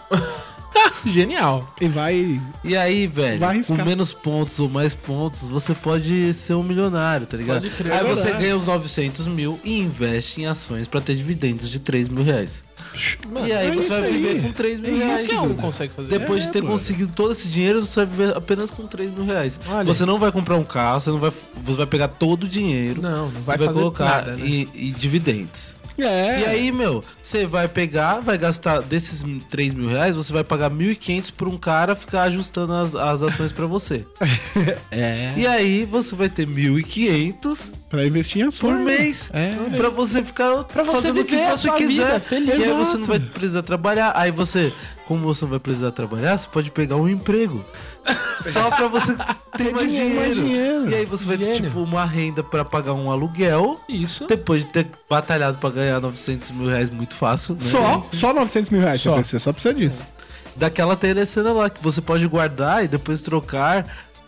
[SPEAKER 3] Genial.
[SPEAKER 1] E vai.
[SPEAKER 2] E aí,
[SPEAKER 1] Vai
[SPEAKER 2] velho, com
[SPEAKER 1] arriscar.
[SPEAKER 2] menos pontos ou mais pontos, você pode ser um milionário, tá ligado?
[SPEAKER 3] Pode crer, né?
[SPEAKER 2] aí
[SPEAKER 1] é
[SPEAKER 2] você
[SPEAKER 1] verdade.
[SPEAKER 2] ganha os 900 mil e investe em ações pra ter dividendos de 3 mil reais. e aí
[SPEAKER 1] é
[SPEAKER 2] você
[SPEAKER 1] isso
[SPEAKER 2] vai viver
[SPEAKER 1] aí.
[SPEAKER 2] com 3 mil
[SPEAKER 1] É
[SPEAKER 2] reais.
[SPEAKER 1] isso,
[SPEAKER 3] Qualquer um
[SPEAKER 1] né?
[SPEAKER 3] consegue fazer.
[SPEAKER 2] Depois de ter
[SPEAKER 1] mano.
[SPEAKER 2] conseguido todo esse dinheiro, você vai viver apenas com 3 mil reais.
[SPEAKER 3] Olha.
[SPEAKER 2] Você não vai comprar um carro, você não vai. Você vai pegar todo o dinheiro.
[SPEAKER 3] Não, não
[SPEAKER 2] e
[SPEAKER 3] vai fazer nada, né?
[SPEAKER 2] em, em dividendos.
[SPEAKER 1] É.
[SPEAKER 2] E aí, meu, você vai pegar, vai gastar desses 3 mil reais, você vai pagar 1.500 por um cara ficar ajustando as, as ações pra você.
[SPEAKER 1] É.
[SPEAKER 2] E aí você vai ter 1.500
[SPEAKER 1] Pra investir em ações.
[SPEAKER 2] por
[SPEAKER 1] né?
[SPEAKER 2] mês.
[SPEAKER 1] É.
[SPEAKER 2] Pra você ficar
[SPEAKER 3] Pra você
[SPEAKER 2] fazendo o
[SPEAKER 3] viver
[SPEAKER 2] que
[SPEAKER 3] a
[SPEAKER 2] você
[SPEAKER 3] sua
[SPEAKER 2] quiser.
[SPEAKER 3] vida feliz.
[SPEAKER 2] E aí
[SPEAKER 3] Exato.
[SPEAKER 2] você não vai precisar trabalhar. Aí você, como você não vai precisar trabalhar, você pode pegar um emprego. Só pra você ter
[SPEAKER 1] dinheiro,
[SPEAKER 2] mais dinheiro.
[SPEAKER 1] mais dinheiro.
[SPEAKER 2] E aí você vai ter,
[SPEAKER 3] Gênio.
[SPEAKER 2] tipo, uma renda pra pagar um aluguel.
[SPEAKER 3] Isso.
[SPEAKER 2] Depois de ter batalhado pra ganhar 900 mil reais muito fácil, né?
[SPEAKER 1] Só, só 900 mil reais.
[SPEAKER 3] Só.
[SPEAKER 1] Só. Você só precisa disso.
[SPEAKER 2] Daquela telecena lá que você pode guardar e depois trocar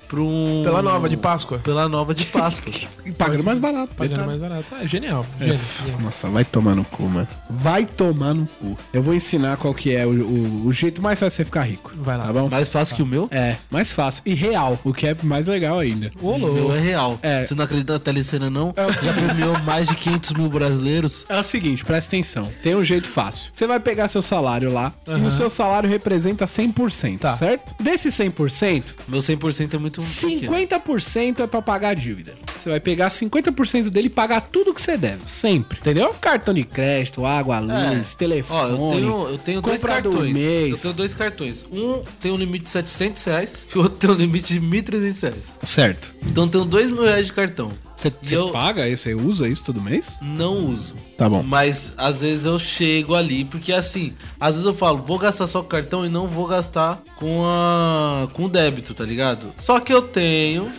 [SPEAKER 2] pra um.
[SPEAKER 4] Pela nova de Páscoa.
[SPEAKER 2] Pela nova de Páscoa.
[SPEAKER 1] E pagando mais barato.
[SPEAKER 3] Pagando
[SPEAKER 1] coitado.
[SPEAKER 3] mais barato. Ah, é genial. Gênio. genial.
[SPEAKER 1] Nossa, vai tomar no cu, mano. Vai tomar no cu. Eu vou ensinar qual que é o, o- o jeito mais fácil de você ficar rico.
[SPEAKER 3] Vai lá.
[SPEAKER 1] Tá bom?
[SPEAKER 2] Mais fácil que o meu?
[SPEAKER 1] É, mais fácil. E real, o que é mais legal ainda.
[SPEAKER 3] Ô,
[SPEAKER 2] O meu
[SPEAKER 3] louco.
[SPEAKER 2] é real.
[SPEAKER 1] É.
[SPEAKER 2] Você não acredita na telecena, não?
[SPEAKER 4] É.
[SPEAKER 2] Já premiou mais de 500 mil brasileiros.
[SPEAKER 1] É o seguinte, presta atenção. Tem um jeito fácil. Você vai pegar seu salário lá e o seu salário representa 100%,
[SPEAKER 3] Tá.
[SPEAKER 1] certo? Desse 100%,
[SPEAKER 2] Meu 100% é muito pequeno.
[SPEAKER 1] 50% é pra pagar a dívida. Você vai pegar 50% dele e pagar tudo que você deve, sempre. Entendeu? Cartão de crédito, água, luz, telefone.
[SPEAKER 2] É. Ó, eu tenho, eu tenho
[SPEAKER 4] um
[SPEAKER 2] dois
[SPEAKER 1] compra do
[SPEAKER 2] cartões.
[SPEAKER 1] mês.
[SPEAKER 2] Eu tenho dois cartões. Um tem um limite de 700 reais e o outro tem um limite de 1.300 reais.
[SPEAKER 1] Certo.
[SPEAKER 2] Então eu tenho 2 mil reais de cartão.
[SPEAKER 1] Você
[SPEAKER 2] E
[SPEAKER 1] você
[SPEAKER 2] eu-
[SPEAKER 1] paga isso? Você usa isso todo mês?
[SPEAKER 2] Não uso.
[SPEAKER 1] Tá bom.
[SPEAKER 2] Mas às vezes eu chego ali, porque assim, às vezes eu falo, vou gastar só com cartão e não vou gastar com a com o débito, tá ligado? Só que eu tenho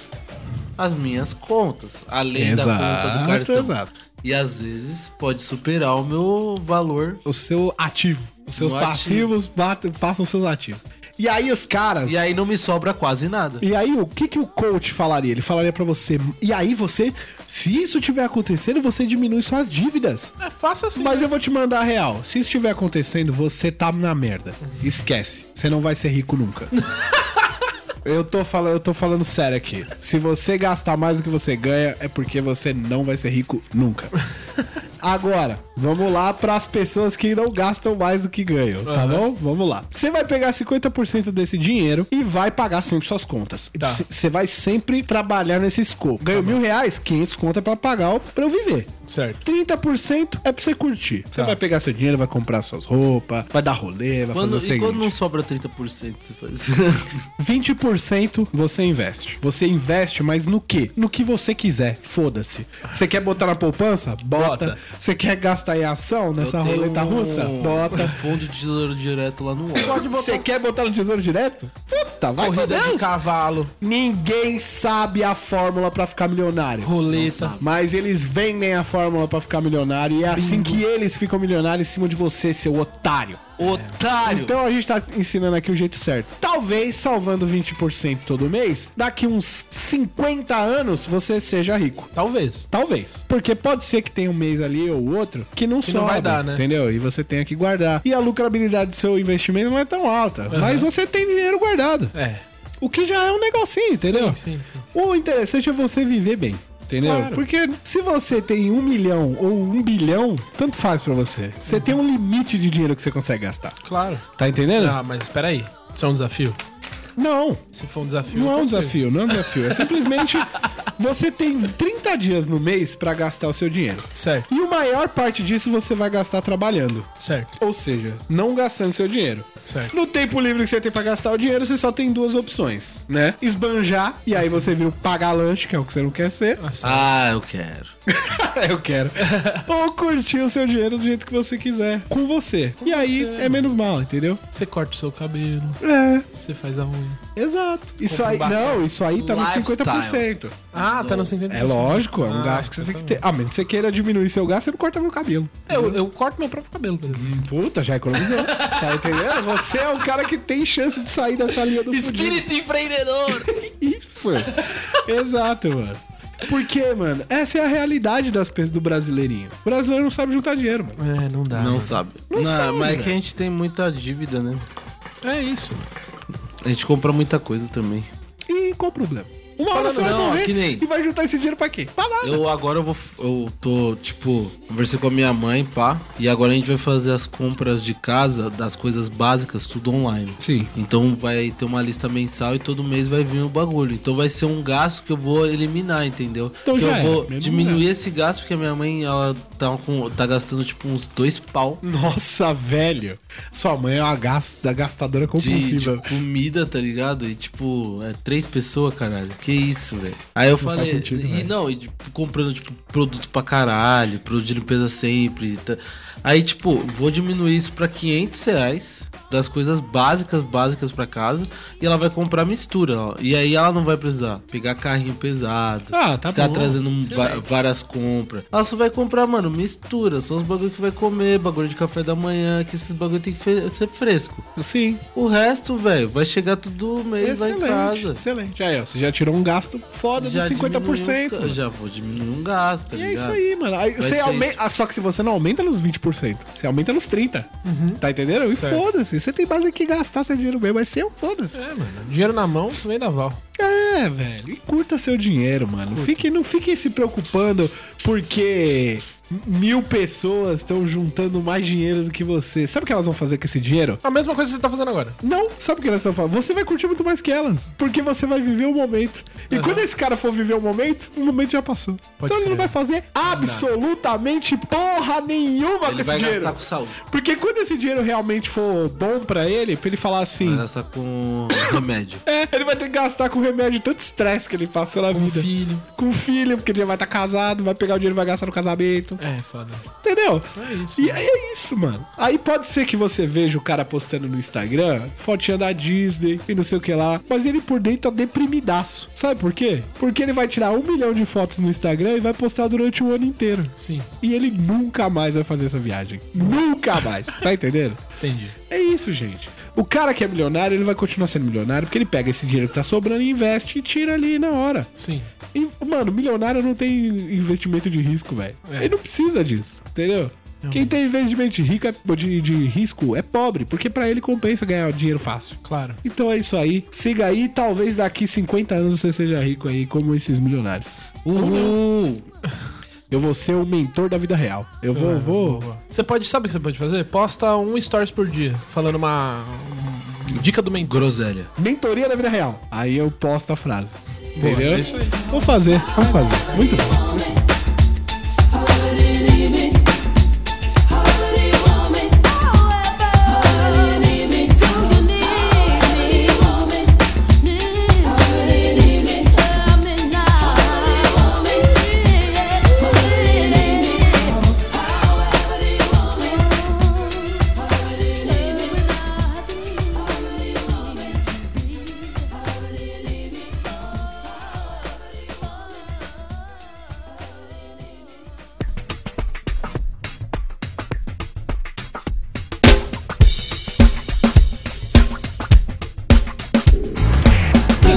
[SPEAKER 2] as minhas contas, além da conta do
[SPEAKER 1] Exato,
[SPEAKER 2] cartão.
[SPEAKER 1] exato.
[SPEAKER 2] E às vezes pode superar o meu valor.
[SPEAKER 1] O seu ativo. Os seus
[SPEAKER 2] No
[SPEAKER 1] passivos batem- passam os seus ativos. E aí os caras.
[SPEAKER 2] E aí não me sobra quase nada.
[SPEAKER 1] E aí, o que, que o coach falaria? Ele falaria pra você. E aí, você, se isso tiver acontecendo, você diminui suas dívidas.
[SPEAKER 3] É fácil assim.
[SPEAKER 1] Mas
[SPEAKER 3] né?
[SPEAKER 1] eu vou te mandar a real. Se isso estiver acontecendo, você tá na merda. Esquece. Você não vai ser rico nunca. Eu tô, falando, eu tô falando sério aqui. Se você gastar mais do que você ganha, é porque você não vai ser rico nunca. Agora, vamos lá pras pessoas que não gastam mais do que ganham, tá bom? Vamos lá. Você vai pegar 50% desse dinheiro e vai pagar sempre suas contas.
[SPEAKER 3] Tá.
[SPEAKER 1] C- Você vai sempre trabalhar nesse escopo. Ganhou mil reais, 500 conto é pra pagar o- pra eu viver.
[SPEAKER 3] Certo.
[SPEAKER 1] 30% é pra você curtir. Você
[SPEAKER 3] Tá.
[SPEAKER 1] vai pegar seu dinheiro, vai comprar suas roupas, vai dar rolê, vai
[SPEAKER 2] Quando,
[SPEAKER 1] fazer é o
[SPEAKER 2] e quando não
[SPEAKER 1] seguinte.
[SPEAKER 2] sobra 30%, você faz.
[SPEAKER 1] 20% você investe. Você investe, mas no quê? No que você quiser. Foda-se. Você quer botar na poupança? Bota.
[SPEAKER 3] Bota.
[SPEAKER 1] Você quer gastar em ação nessa
[SPEAKER 2] Eu tenho
[SPEAKER 1] roleta russa?
[SPEAKER 2] um- Um
[SPEAKER 1] Bota.
[SPEAKER 2] fundo de tesouro direto lá no UOL.
[SPEAKER 1] Você quer botar no tesouro direto? Puta, vai com
[SPEAKER 3] Corrida de
[SPEAKER 1] Deus.
[SPEAKER 3] cavalo,
[SPEAKER 1] Ninguém sabe a fórmula pra ficar milionário.
[SPEAKER 3] roleta.
[SPEAKER 1] Mas eles vendem a fórmula pra ficar milionário e é assim que eles ficam milionários em cima de você, seu otário.
[SPEAKER 2] Otário!
[SPEAKER 1] É. Então a gente tá ensinando aqui o jeito certo. Talvez salvando 20% todo mês, daqui uns 50 anos você seja rico.
[SPEAKER 3] Talvez.
[SPEAKER 1] Talvez. Porque pode ser que tenha um mês ali ou outro que não
[SPEAKER 3] não
[SPEAKER 1] sobe,
[SPEAKER 3] vai dar, né?
[SPEAKER 1] entendeu? E você tenha que guardar. E a lucrabilidade do seu investimento não é tão alta, mas você tem dinheiro guardado.
[SPEAKER 3] É.
[SPEAKER 1] O que já é um negocinho, entendeu?
[SPEAKER 3] Sim, sim, sim.
[SPEAKER 1] O interessante é você viver bem. Entendeu?
[SPEAKER 3] Claro.
[SPEAKER 1] Porque se você tem um milhão ou um bilhão, tanto faz pra você. Você
[SPEAKER 3] Uhum.
[SPEAKER 1] tem um limite de dinheiro que você consegue gastar.
[SPEAKER 3] Claro.
[SPEAKER 1] Tá entendendo?
[SPEAKER 3] Ah, mas espera aí. Isso é um desafio?
[SPEAKER 1] Não,
[SPEAKER 3] Se for um desafio...
[SPEAKER 1] não é
[SPEAKER 3] eu
[SPEAKER 1] um
[SPEAKER 3] consigo.
[SPEAKER 1] desafio, não é um desafio. É simplesmente você tem 30 30 dias no mês pra gastar o seu dinheiro.
[SPEAKER 3] Certo,
[SPEAKER 1] E a maior parte disso você vai gastar trabalhando.
[SPEAKER 3] certo,
[SPEAKER 1] Ou seja, não gastando seu dinheiro.
[SPEAKER 3] certo.
[SPEAKER 1] No tempo livre que você tem pra gastar o dinheiro, você só tem duas opções, né? Esbanjar, e aí você vira o pagar lanche, que é o que você não quer ser.
[SPEAKER 3] Nossa,
[SPEAKER 2] Ah, eu quero.
[SPEAKER 1] Eu quero. Ou curtir o seu dinheiro do jeito que você quiser, com você. e aí
[SPEAKER 3] você.
[SPEAKER 1] é menos mal, entendeu?
[SPEAKER 3] você corta o seu cabelo,
[SPEAKER 1] É,
[SPEAKER 3] você faz a unha.
[SPEAKER 1] exato. Isso
[SPEAKER 3] Compra um
[SPEAKER 1] aí,
[SPEAKER 3] barco.
[SPEAKER 1] não, isso aí tá nos
[SPEAKER 2] Lifestyle.
[SPEAKER 1] 50%.
[SPEAKER 3] Ah, tá no 50%.
[SPEAKER 1] É lógico, é um
[SPEAKER 3] Ah,
[SPEAKER 1] gasto que você
[SPEAKER 3] então
[SPEAKER 1] tem que
[SPEAKER 3] tá
[SPEAKER 1] ter. Ah, mas se você queira diminuir seu gasto, você não corta meu cabelo.
[SPEAKER 3] bom. Eu, eu corto meu próprio cabelo, por exemplo.
[SPEAKER 1] Puta, já economizou. tá entendendo? Você é o cara que tem chance de sair dessa linha do fudido.
[SPEAKER 4] Espírito empreendedor.
[SPEAKER 1] Isso. Exato, mano. Porque, mano, essa é a realidade das pessoas do brasileirinho. O brasileiro não sabe juntar dinheiro, mano.
[SPEAKER 3] É, não dá.
[SPEAKER 2] Não sabe.
[SPEAKER 1] Não sabe,
[SPEAKER 2] mas é
[SPEAKER 1] velho.
[SPEAKER 2] que a gente tem muita dívida, né?
[SPEAKER 3] É isso.
[SPEAKER 2] A gente compra muita coisa também.
[SPEAKER 1] E qual o problema? Uma hora
[SPEAKER 2] Falando-
[SPEAKER 1] você vai
[SPEAKER 2] não,
[SPEAKER 1] morrer
[SPEAKER 2] que nem-
[SPEAKER 1] e vai juntar esse dinheiro pra quê? Pra nada.
[SPEAKER 2] Eu agora eu vou. Eu tô, tipo, conversei com a minha mãe, pá. E agora a gente vai fazer as compras de casa, das coisas básicas, tudo online.
[SPEAKER 1] Sim.
[SPEAKER 2] Então vai ter uma lista mensal e todo mês vai vir o bagulho. Então vai ser um gasto que eu vou eliminar, entendeu?
[SPEAKER 1] Então
[SPEAKER 2] que
[SPEAKER 1] já
[SPEAKER 2] eu
[SPEAKER 1] era,
[SPEAKER 2] vou
[SPEAKER 1] menos
[SPEAKER 2] diminuir esse gasto, porque a minha mãe, ela tá, com, tá gastando tipo uns dois pau
[SPEAKER 1] Uhum. Nossa, velho. Sua mãe é uma gasta, gastadora
[SPEAKER 2] de,
[SPEAKER 1] compulsiva.
[SPEAKER 2] de comida, tá ligado? E tipo, é três pessoas, caralho. Que isso, velho. Aí eu falei.
[SPEAKER 1] faz sentido, né?
[SPEAKER 2] e
[SPEAKER 1] velho.
[SPEAKER 2] não, e tipo, comprando, tipo, produto pra caralho, produto de limpeza sempre. tá? Aí, tipo, vou diminuir isso pra 500 reais. Das coisas básicas, básicas pra casa. E ela vai comprar mistura, ó. E aí ela não vai precisar pegar carrinho pesado.
[SPEAKER 1] Ah, tá
[SPEAKER 2] ficar
[SPEAKER 1] bom.
[SPEAKER 2] trazendo um va- várias compras. Ela só vai comprar, mano, mistura. São os bagulho que vai comer, bagulho de café da manhã. Que esses bagulho tem que fe- ser fresco.
[SPEAKER 1] Sim.
[SPEAKER 2] O resto, velho, vai chegar todo mês lá em
[SPEAKER 1] Excelente.
[SPEAKER 2] casa.
[SPEAKER 1] Excelente. Aí, ó, você já tirou um gasto foda dos
[SPEAKER 2] diminui
[SPEAKER 1] 50%.
[SPEAKER 2] um-
[SPEAKER 1] mano.
[SPEAKER 2] já vou diminuir um gasto, tá
[SPEAKER 1] E
[SPEAKER 2] ligado?
[SPEAKER 1] é isso aí, mano. Aí
[SPEAKER 2] Vai
[SPEAKER 1] você
[SPEAKER 2] ser
[SPEAKER 1] aume-
[SPEAKER 2] isso.
[SPEAKER 1] Ah, só que se você não aumenta nos 20%, você aumenta nos 30%.
[SPEAKER 2] Uhum.
[SPEAKER 1] Tá entendendo? E
[SPEAKER 3] Certo.
[SPEAKER 1] foda-se. Você tem base que gastar seu dinheiro mesmo, mas seu, foda-se.
[SPEAKER 3] É, mano. Dinheiro na mão, meio da val.
[SPEAKER 1] É, velho. E curta seu dinheiro, mano. Fique, não fiquem se preocupando porque mil pessoas estão juntando mais dinheiro do que você. Sabe o que elas vão fazer com esse dinheiro?
[SPEAKER 3] A mesma coisa que você tá fazendo agora.
[SPEAKER 1] Não, sabe o que elas estão falando? Você vai curtir muito mais que elas, porque você vai viver o momento. E quando esse cara for viver o momento, o momento já passou.
[SPEAKER 3] Pode
[SPEAKER 1] então ele não vai
[SPEAKER 3] crer.
[SPEAKER 1] fazer absolutamente porra nenhuma com
[SPEAKER 2] Ele
[SPEAKER 1] esse
[SPEAKER 2] vai
[SPEAKER 1] dinheiro.
[SPEAKER 2] gastar com saúde.
[SPEAKER 1] Porque quando esse dinheiro realmente for bom pra ele, pra ele falar assim.
[SPEAKER 2] Vai gastar com remédio.
[SPEAKER 1] É, ele vai ter que gastar com remédio de tanto estresse que ele passou na
[SPEAKER 3] Um
[SPEAKER 1] vida.
[SPEAKER 3] filho.
[SPEAKER 1] Com filho, porque ele já vai estar casado, vai pegar o dinheiro e vai gastar no casamento.
[SPEAKER 3] É, foda.
[SPEAKER 1] Entendeu?
[SPEAKER 3] É isso.
[SPEAKER 1] E aí é isso, mano. Aí pode ser que você veja o cara postando no Instagram, fotinha da Disney e não sei o que lá, mas ele por dentro tá deprimidaço. Sabe por quê? Porque ele vai tirar um milhão de fotos no Instagram e vai postar durante o ano inteiro.
[SPEAKER 3] Sim,
[SPEAKER 1] E ele nunca mais vai fazer essa viagem. Nunca mais. Tá entendendo?
[SPEAKER 3] entendi.
[SPEAKER 1] É isso, gente. O cara que é milionário, ele vai continuar sendo milionário porque ele pega esse dinheiro que tá sobrando e investe e tira ali na hora.
[SPEAKER 3] Sim.
[SPEAKER 1] E, mano, milionário não tem investimento de risco, velho.
[SPEAKER 3] É.
[SPEAKER 1] Ele não precisa disso, entendeu? Quem tem investimento de, rico é- de- de risco é pobre, porque pra ele compensa ganhar dinheiro fácil.
[SPEAKER 3] Claro.
[SPEAKER 1] Então é isso aí. Siga aí, talvez daqui 50 anos você seja rico aí, como esses milionários.
[SPEAKER 2] Uhul!
[SPEAKER 1] Eu vou ser o mentor da vida real. Eu vou,
[SPEAKER 3] Ah,
[SPEAKER 1] vou.
[SPEAKER 3] boa. Você pode, sabe o que você pode fazer? Posta um stories por dia, falando uma um- dica do mentor.
[SPEAKER 2] Groselha.
[SPEAKER 1] Mentoria da vida real. Aí eu posto a frase.
[SPEAKER 3] Boa,
[SPEAKER 1] entendeu?
[SPEAKER 3] é isso aí.
[SPEAKER 1] Vou fazer, vou fazer. Muito bom.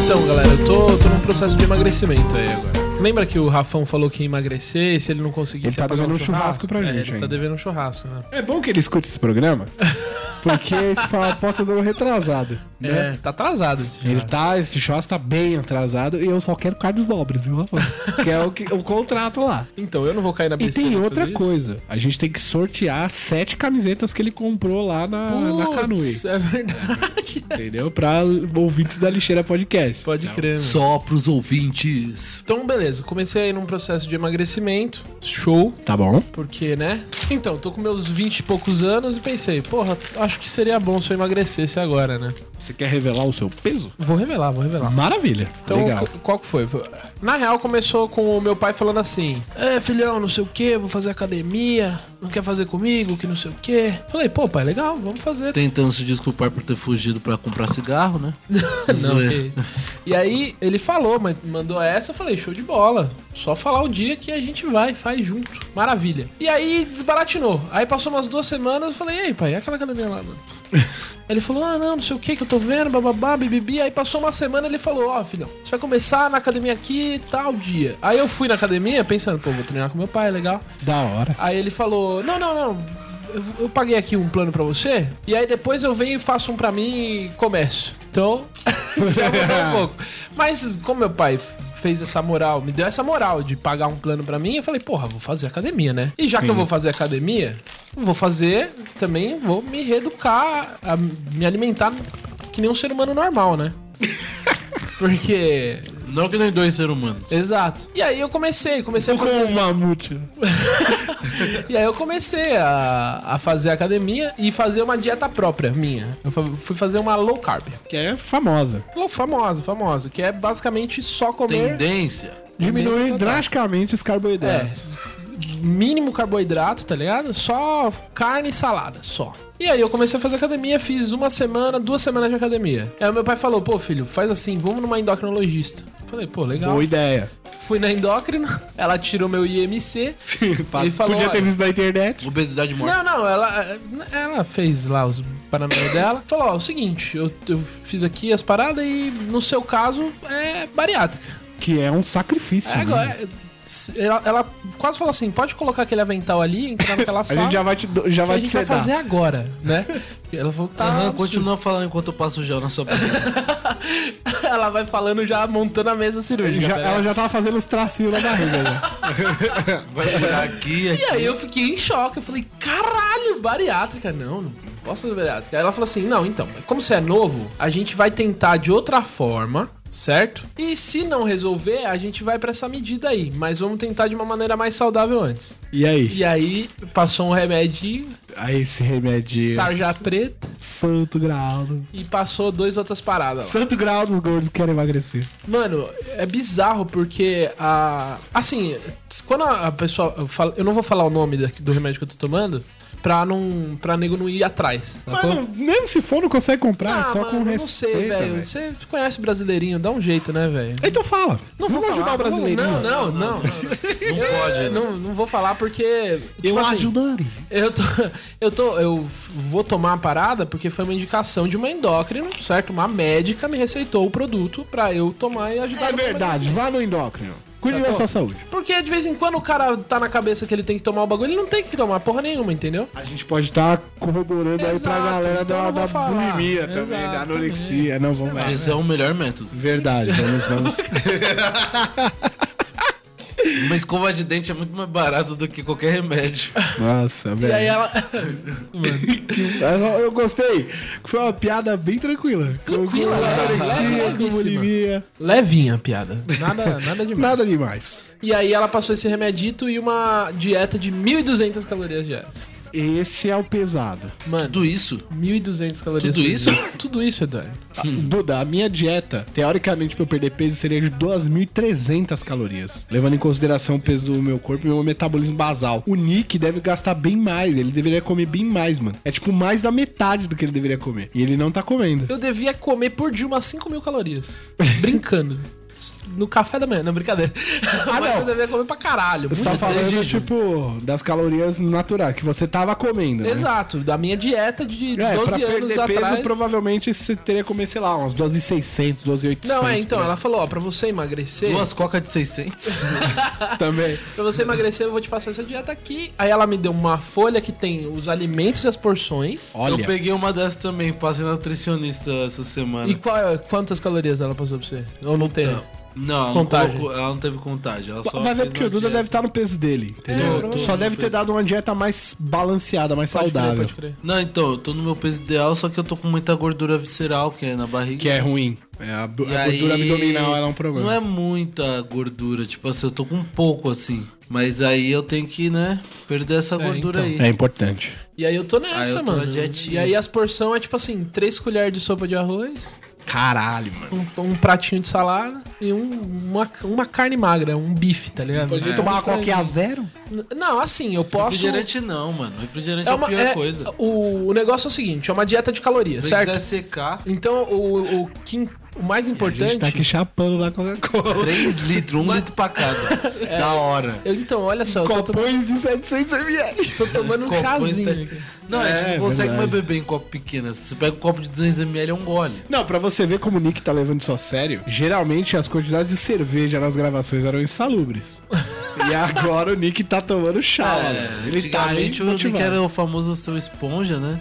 [SPEAKER 3] Então, galera, eu tô, tô num processo de emagrecimento aí agora. Lembra que o Rafão falou que ia emagrecer e se ele não conseguisse
[SPEAKER 1] Ele tá
[SPEAKER 3] ia pagar
[SPEAKER 1] devendo um churrasco pra
[SPEAKER 3] É,
[SPEAKER 1] gente
[SPEAKER 3] ele tá
[SPEAKER 1] ainda.
[SPEAKER 3] devendo um churrasco, né?
[SPEAKER 1] É bom que ele escute esse programa. Porque esse foi uma aposta do ano um retrasado. Né?
[SPEAKER 3] É, tá atrasado esse
[SPEAKER 1] Ele
[SPEAKER 3] jogo.
[SPEAKER 1] tá, esse churrasco tá bem atrasado e eu só quero carnes nobres, viu, Rafa? Que é o, que- o contrato lá.
[SPEAKER 3] Então, eu não vou cair na
[SPEAKER 1] E
[SPEAKER 3] besteira.
[SPEAKER 1] tem
[SPEAKER 3] de
[SPEAKER 1] outra
[SPEAKER 3] fazer isso.
[SPEAKER 1] coisa. A gente tem que sortear sete camisetas que ele comprou lá na, né, na
[SPEAKER 3] Putz,
[SPEAKER 1] Canoe.
[SPEAKER 3] É verdade.
[SPEAKER 1] Entendeu? Pra ouvintes da lixeira podcast.
[SPEAKER 3] Pode crer, mano.
[SPEAKER 2] Só pros ouvintes.
[SPEAKER 3] Então, beleza. Comecei aí num processo de emagrecimento. Show.
[SPEAKER 1] Tá bom?
[SPEAKER 3] Porque, né? Então, tô com meus 20 e poucos anos e pensei, porra, acho que seria bom se eu emagrecesse agora, né?
[SPEAKER 1] Você quer revelar o seu peso?
[SPEAKER 3] Vou revelar, vou revelar.
[SPEAKER 1] Maravilha.
[SPEAKER 3] Então,
[SPEAKER 1] Legal.
[SPEAKER 3] qu- qual que foi? Foi- Na real, começou com o meu pai falando assim: É, filhão, não sei o que, vou fazer academia, não quer fazer comigo, que não sei o que. Falei, pô, pai, legal, vamos fazer.
[SPEAKER 2] Tentando se desculpar por ter fugido pra comprar cigarro, né?
[SPEAKER 3] Não,
[SPEAKER 2] Zoeira.
[SPEAKER 3] que isso. E aí ele falou, mas mandou essa, eu falei, show de bola. Só falar o dia que a gente vai, faz junto. Maravilha. E aí desbaratinou. Aí passou umas duas semanas, eu falei, ei, pai, é aquela academia lá, mano. Aí Ele falou, ah, não, não sei o que que eu tô vendo, bababá, bibibi. Aí passou uma semana ele falou, ó, filhão, você vai começar na academia aqui tal dia. Aí eu fui na academia pensando, pô, vou treinar com meu pai, legal.
[SPEAKER 1] Da hora.
[SPEAKER 3] Aí ele falou: Não, não, não. Eu, eu paguei aqui um plano pra você. E aí depois eu venho e faço um pra mim e começo. Então, já mudou um pouco. Mas como meu pai f- fez essa moral, me deu essa moral de pagar um plano pra mim, eu falei: Porra, vou fazer academia, né? E já que eu vou fazer academia, vou fazer também, vou me reeducar, a me alimentar que nem um ser humano normal, né? Porque.
[SPEAKER 2] Não que nem dois seres humanos.
[SPEAKER 3] Exato. E aí eu comecei, comecei a fazer.
[SPEAKER 1] Tipo Com o mamute.
[SPEAKER 3] E aí eu comecei a, a fazer academia e fazer uma dieta própria minha. Eu fa- fui fazer uma low carb.
[SPEAKER 1] Que é famosa.
[SPEAKER 3] Low- Famoso, famoso. Que é basicamente só comer
[SPEAKER 2] Tendência.
[SPEAKER 1] É
[SPEAKER 3] Mesmo
[SPEAKER 1] Diminui
[SPEAKER 3] total.
[SPEAKER 1] drasticamente os
[SPEAKER 3] é,
[SPEAKER 1] carboidratos.
[SPEAKER 3] mínimo carboidrato, tá ligado? Só carne e salada, só. E aí eu comecei a fazer academia, fiz uma semana, duas semanas de academia. Aí meu pai falou, pô filho, faz assim, vamos numa endocrinologista. Falei, pô, legal.
[SPEAKER 1] Boa ideia.
[SPEAKER 3] Fui na endócrina, ela tirou meu IMC. Ele falou,
[SPEAKER 1] Podia ter
[SPEAKER 3] olha-
[SPEAKER 1] visto na internet.
[SPEAKER 2] Obesidade morta.
[SPEAKER 3] Não, não, ela, ela fez lá os parâmetros dela. Falou, ó, o seguinte, eu, eu fiz aqui as paradas e no seu caso é bariátrica.
[SPEAKER 1] Que é um sacrifício.
[SPEAKER 3] É,
[SPEAKER 1] né?
[SPEAKER 3] agora, é, se- ela, ela quase falou assim, pode colocar aquele avental ali, entrar naquela
[SPEAKER 1] A
[SPEAKER 3] sala.
[SPEAKER 1] gente já vai te, do- já
[SPEAKER 3] que a
[SPEAKER 1] vai te
[SPEAKER 3] gente vai
[SPEAKER 1] sedar.
[SPEAKER 3] fazer agora, né? E Ela falou que tá.
[SPEAKER 2] Aham,
[SPEAKER 3] absurdo.
[SPEAKER 2] continua falando enquanto eu passo o gel na sua boca.
[SPEAKER 3] Ela vai falando já montando a mesa cirúrgica.
[SPEAKER 1] Já-
[SPEAKER 3] tá ligado?
[SPEAKER 1] ela já tava fazendo os tracinhos na barriga. Já.
[SPEAKER 2] Vai por aqui, aqui.
[SPEAKER 3] E aí eu fiquei em choque. Eu falei, caralho, bariátrica. Não, não posso fazer bariátrica. Aí ela falou assim: não, então, como você é novo, a gente vai tentar de outra forma. Certo? E se não resolver, a gente vai pra essa medida aí. Mas vamos tentar de uma maneira mais saudável antes.
[SPEAKER 1] E aí?
[SPEAKER 3] E aí, passou um remédio,
[SPEAKER 1] Aí esse remédio.
[SPEAKER 3] tarja preta,
[SPEAKER 1] Santo grau. do-
[SPEAKER 3] e passou duas outras paradas. lá.
[SPEAKER 1] Santo grau dos gordos que querem emagrecer.
[SPEAKER 3] Mano, é bizarro porque a. Assim, quando a a pessoa. Eu, falo- eu não vou falar o nome da- do remédio que eu tô tomando pra não. pra nego não ir atrás.
[SPEAKER 1] Mas
[SPEAKER 3] sacou?
[SPEAKER 1] não, mesmo se for, não consegue comprar, é só com
[SPEAKER 3] Ah, eu não sei,
[SPEAKER 1] respeito.
[SPEAKER 3] velho.
[SPEAKER 1] velho.
[SPEAKER 3] Você conhece brasileirinho, dá um jeito, né, velho?
[SPEAKER 1] Então fala.
[SPEAKER 3] Não
[SPEAKER 1] Vamos
[SPEAKER 3] falar,
[SPEAKER 1] ajudar o brasileirinho.
[SPEAKER 3] Não, não, não.
[SPEAKER 2] Não pode, né?
[SPEAKER 3] Não, não vou falar porque.
[SPEAKER 1] Eu
[SPEAKER 3] tipo assim,
[SPEAKER 1] ajudaria.
[SPEAKER 3] eu tô, eu tô, eu vou tomar a parada porque foi uma indicação de uma endócrino, certo? Uma médica me receitou o produto pra eu tomar e ajudar.
[SPEAKER 1] É
[SPEAKER 3] no meu
[SPEAKER 1] verdade,
[SPEAKER 3] emagrecimento.
[SPEAKER 1] vá no endócrino. Cuide da
[SPEAKER 3] Sacou?
[SPEAKER 1] sua saúde.
[SPEAKER 3] Porque de vez em quando o cara tá na cabeça que ele tem que tomar o bagulho, ele não tem que tomar porra nenhuma, entendeu?
[SPEAKER 1] A gente pode estar corroborando aí pra
[SPEAKER 3] Exato,
[SPEAKER 1] galera
[SPEAKER 3] então eu
[SPEAKER 1] da,
[SPEAKER 3] não vou
[SPEAKER 1] da
[SPEAKER 3] falar.
[SPEAKER 1] bulimia
[SPEAKER 3] Exato, né?
[SPEAKER 1] também, da
[SPEAKER 3] também.
[SPEAKER 1] anorexia. Não, vamos lá.
[SPEAKER 2] Esse é o melhor método.
[SPEAKER 1] Verdade, vamos, vamos.
[SPEAKER 2] Uma escova de dente é muito mais barato do que qualquer remédio.
[SPEAKER 1] Nossa,
[SPEAKER 3] E aí
[SPEAKER 1] velho.
[SPEAKER 3] ela.
[SPEAKER 1] Eu eu gostei. Foi uma piada bem tranquila.
[SPEAKER 3] Tranquila,
[SPEAKER 1] com
[SPEAKER 3] leve,
[SPEAKER 1] anorexia, com
[SPEAKER 3] levíssima.
[SPEAKER 1] bulimia.
[SPEAKER 3] Levinha a piada. Nada, nada demais.
[SPEAKER 1] Nada demais.
[SPEAKER 3] E aí ela passou esse remedito e uma dieta de 1.200 calorias diárias.
[SPEAKER 1] Esse é o pesado.
[SPEAKER 3] Mano,
[SPEAKER 2] Tudo isso?
[SPEAKER 3] 1.200 calorias
[SPEAKER 2] Tudo
[SPEAKER 3] por
[SPEAKER 2] isso?
[SPEAKER 3] dia. Tudo isso, Eduardo.
[SPEAKER 1] Duda, a minha dieta, teoricamente, pra eu perder peso seria de 2.300 calorias. Levando em consideração o peso do meu corpo e meu metabolismo basal. O Nick deve gastar bem mais, ele deveria comer bem mais, mano. É tipo mais da metade do que ele deveria comer. E ele não tá comendo.
[SPEAKER 3] Eu devia comer por dia umas 5 mil calorias. Brincando. no café da manhã. Não, brincadeira. Ah,
[SPEAKER 1] não.
[SPEAKER 3] Mas eu devia comer pra caralho.
[SPEAKER 1] Você
[SPEAKER 3] muito
[SPEAKER 1] tá falando,
[SPEAKER 3] desde-
[SPEAKER 1] tipo, das calorias naturais que você tava comendo. né?
[SPEAKER 3] Exato, da minha dieta de
[SPEAKER 1] É,
[SPEAKER 3] 12
[SPEAKER 1] pra
[SPEAKER 3] anos
[SPEAKER 1] perder peso,
[SPEAKER 3] atrás.
[SPEAKER 1] provavelmente você teria que comer, sei lá, umas 12,600, 12,800.
[SPEAKER 3] Não, é, então,
[SPEAKER 1] por aí.
[SPEAKER 3] ela falou, ó, pra você emagrecer,
[SPEAKER 2] Duas cocas de 600.
[SPEAKER 1] né, Também.
[SPEAKER 3] pra você emagrecer, eu vou te passar essa dieta aqui. Aí ela me deu uma folha que tem os alimentos e as porções.
[SPEAKER 1] Olha.
[SPEAKER 2] Eu peguei uma dessas também, passei na nutricionista essa semana.
[SPEAKER 3] E qual- quantas calorias ela passou pra você? Ou não tem?
[SPEAKER 2] Não, não, ela,
[SPEAKER 3] Contagem.
[SPEAKER 2] Não colocou- ela não teve contagem. Ela só
[SPEAKER 1] Vai ver
[SPEAKER 2] fez
[SPEAKER 1] porque
[SPEAKER 2] uma
[SPEAKER 1] o Duda
[SPEAKER 2] dieta.
[SPEAKER 1] deve estar no peso dele, entendeu?
[SPEAKER 2] provavelmente.
[SPEAKER 1] Só deve ter dado uma dieta mais balanceada, mais
[SPEAKER 3] Pode crer,
[SPEAKER 1] saudável.
[SPEAKER 3] pode crer.
[SPEAKER 2] Não, então, eu tô no meu peso ideal, só que eu tô com muita gordura visceral, que é na barriga.
[SPEAKER 1] Que é ruim. É, a, bu-
[SPEAKER 2] E
[SPEAKER 1] a gordura
[SPEAKER 2] aí,
[SPEAKER 1] abdominal ela é um problema.
[SPEAKER 2] Não é muita gordura, tipo assim, eu tô com um pouco assim. Mas aí eu tenho que, né, perder
[SPEAKER 1] É,
[SPEAKER 2] essa gordura
[SPEAKER 3] então.
[SPEAKER 2] aí.
[SPEAKER 1] importante.
[SPEAKER 3] E aí eu tô
[SPEAKER 2] Aí
[SPEAKER 3] nessa,
[SPEAKER 2] Ah, eu tô na
[SPEAKER 3] mano.
[SPEAKER 2] dietinha.
[SPEAKER 3] E aí as porções é tipo assim, três colheres de sopa de arroz,
[SPEAKER 1] Caralho, mano.
[SPEAKER 3] um, um pratinho de salada e um- uma, uma carne magra, um bife, tá ligado?
[SPEAKER 1] Podia tomar uma qualquer a zero?
[SPEAKER 3] N- Não, assim, eu
[SPEAKER 1] É.
[SPEAKER 3] posso...
[SPEAKER 2] Refrigerante não, mano. Refrigerante é,
[SPEAKER 3] É uma-
[SPEAKER 2] a pior
[SPEAKER 3] é-
[SPEAKER 2] coisa. é.
[SPEAKER 3] O, o negócio é o seguinte, é uma dieta de calorias,
[SPEAKER 2] Se você
[SPEAKER 3] certo?
[SPEAKER 2] quiser secar,
[SPEAKER 3] Então, o, o, que im- o mais
[SPEAKER 1] A
[SPEAKER 3] importante...
[SPEAKER 1] gente tá aqui chapando lá Coca-Cola.
[SPEAKER 2] 3 litros, 1 litro pra cada.
[SPEAKER 1] É.
[SPEAKER 2] Da hora.
[SPEAKER 3] Eu- então, olha só, eu tô, to-
[SPEAKER 1] Copões de 700 ml.
[SPEAKER 3] tô tomando um
[SPEAKER 2] Copo,
[SPEAKER 3] chazinho.
[SPEAKER 2] isso
[SPEAKER 3] aqui.
[SPEAKER 2] é- Não, a gente
[SPEAKER 1] É,
[SPEAKER 2] não consegue
[SPEAKER 1] verdade.
[SPEAKER 2] mais beber em copo pequeno. Se você pega um copo de 200ml, é um gole.
[SPEAKER 1] Não, pra você ver como o Nick tá levando isso a sério, geralmente as quantidades de cerveja nas gravações eram insalubres. e agora o Nick tá tomando
[SPEAKER 3] Ah,
[SPEAKER 1] chá, mano. tá
[SPEAKER 2] É,
[SPEAKER 3] tá
[SPEAKER 2] antigamente
[SPEAKER 1] aí
[SPEAKER 2] o Nick
[SPEAKER 1] motivado.
[SPEAKER 2] era o famoso seu esponja, né?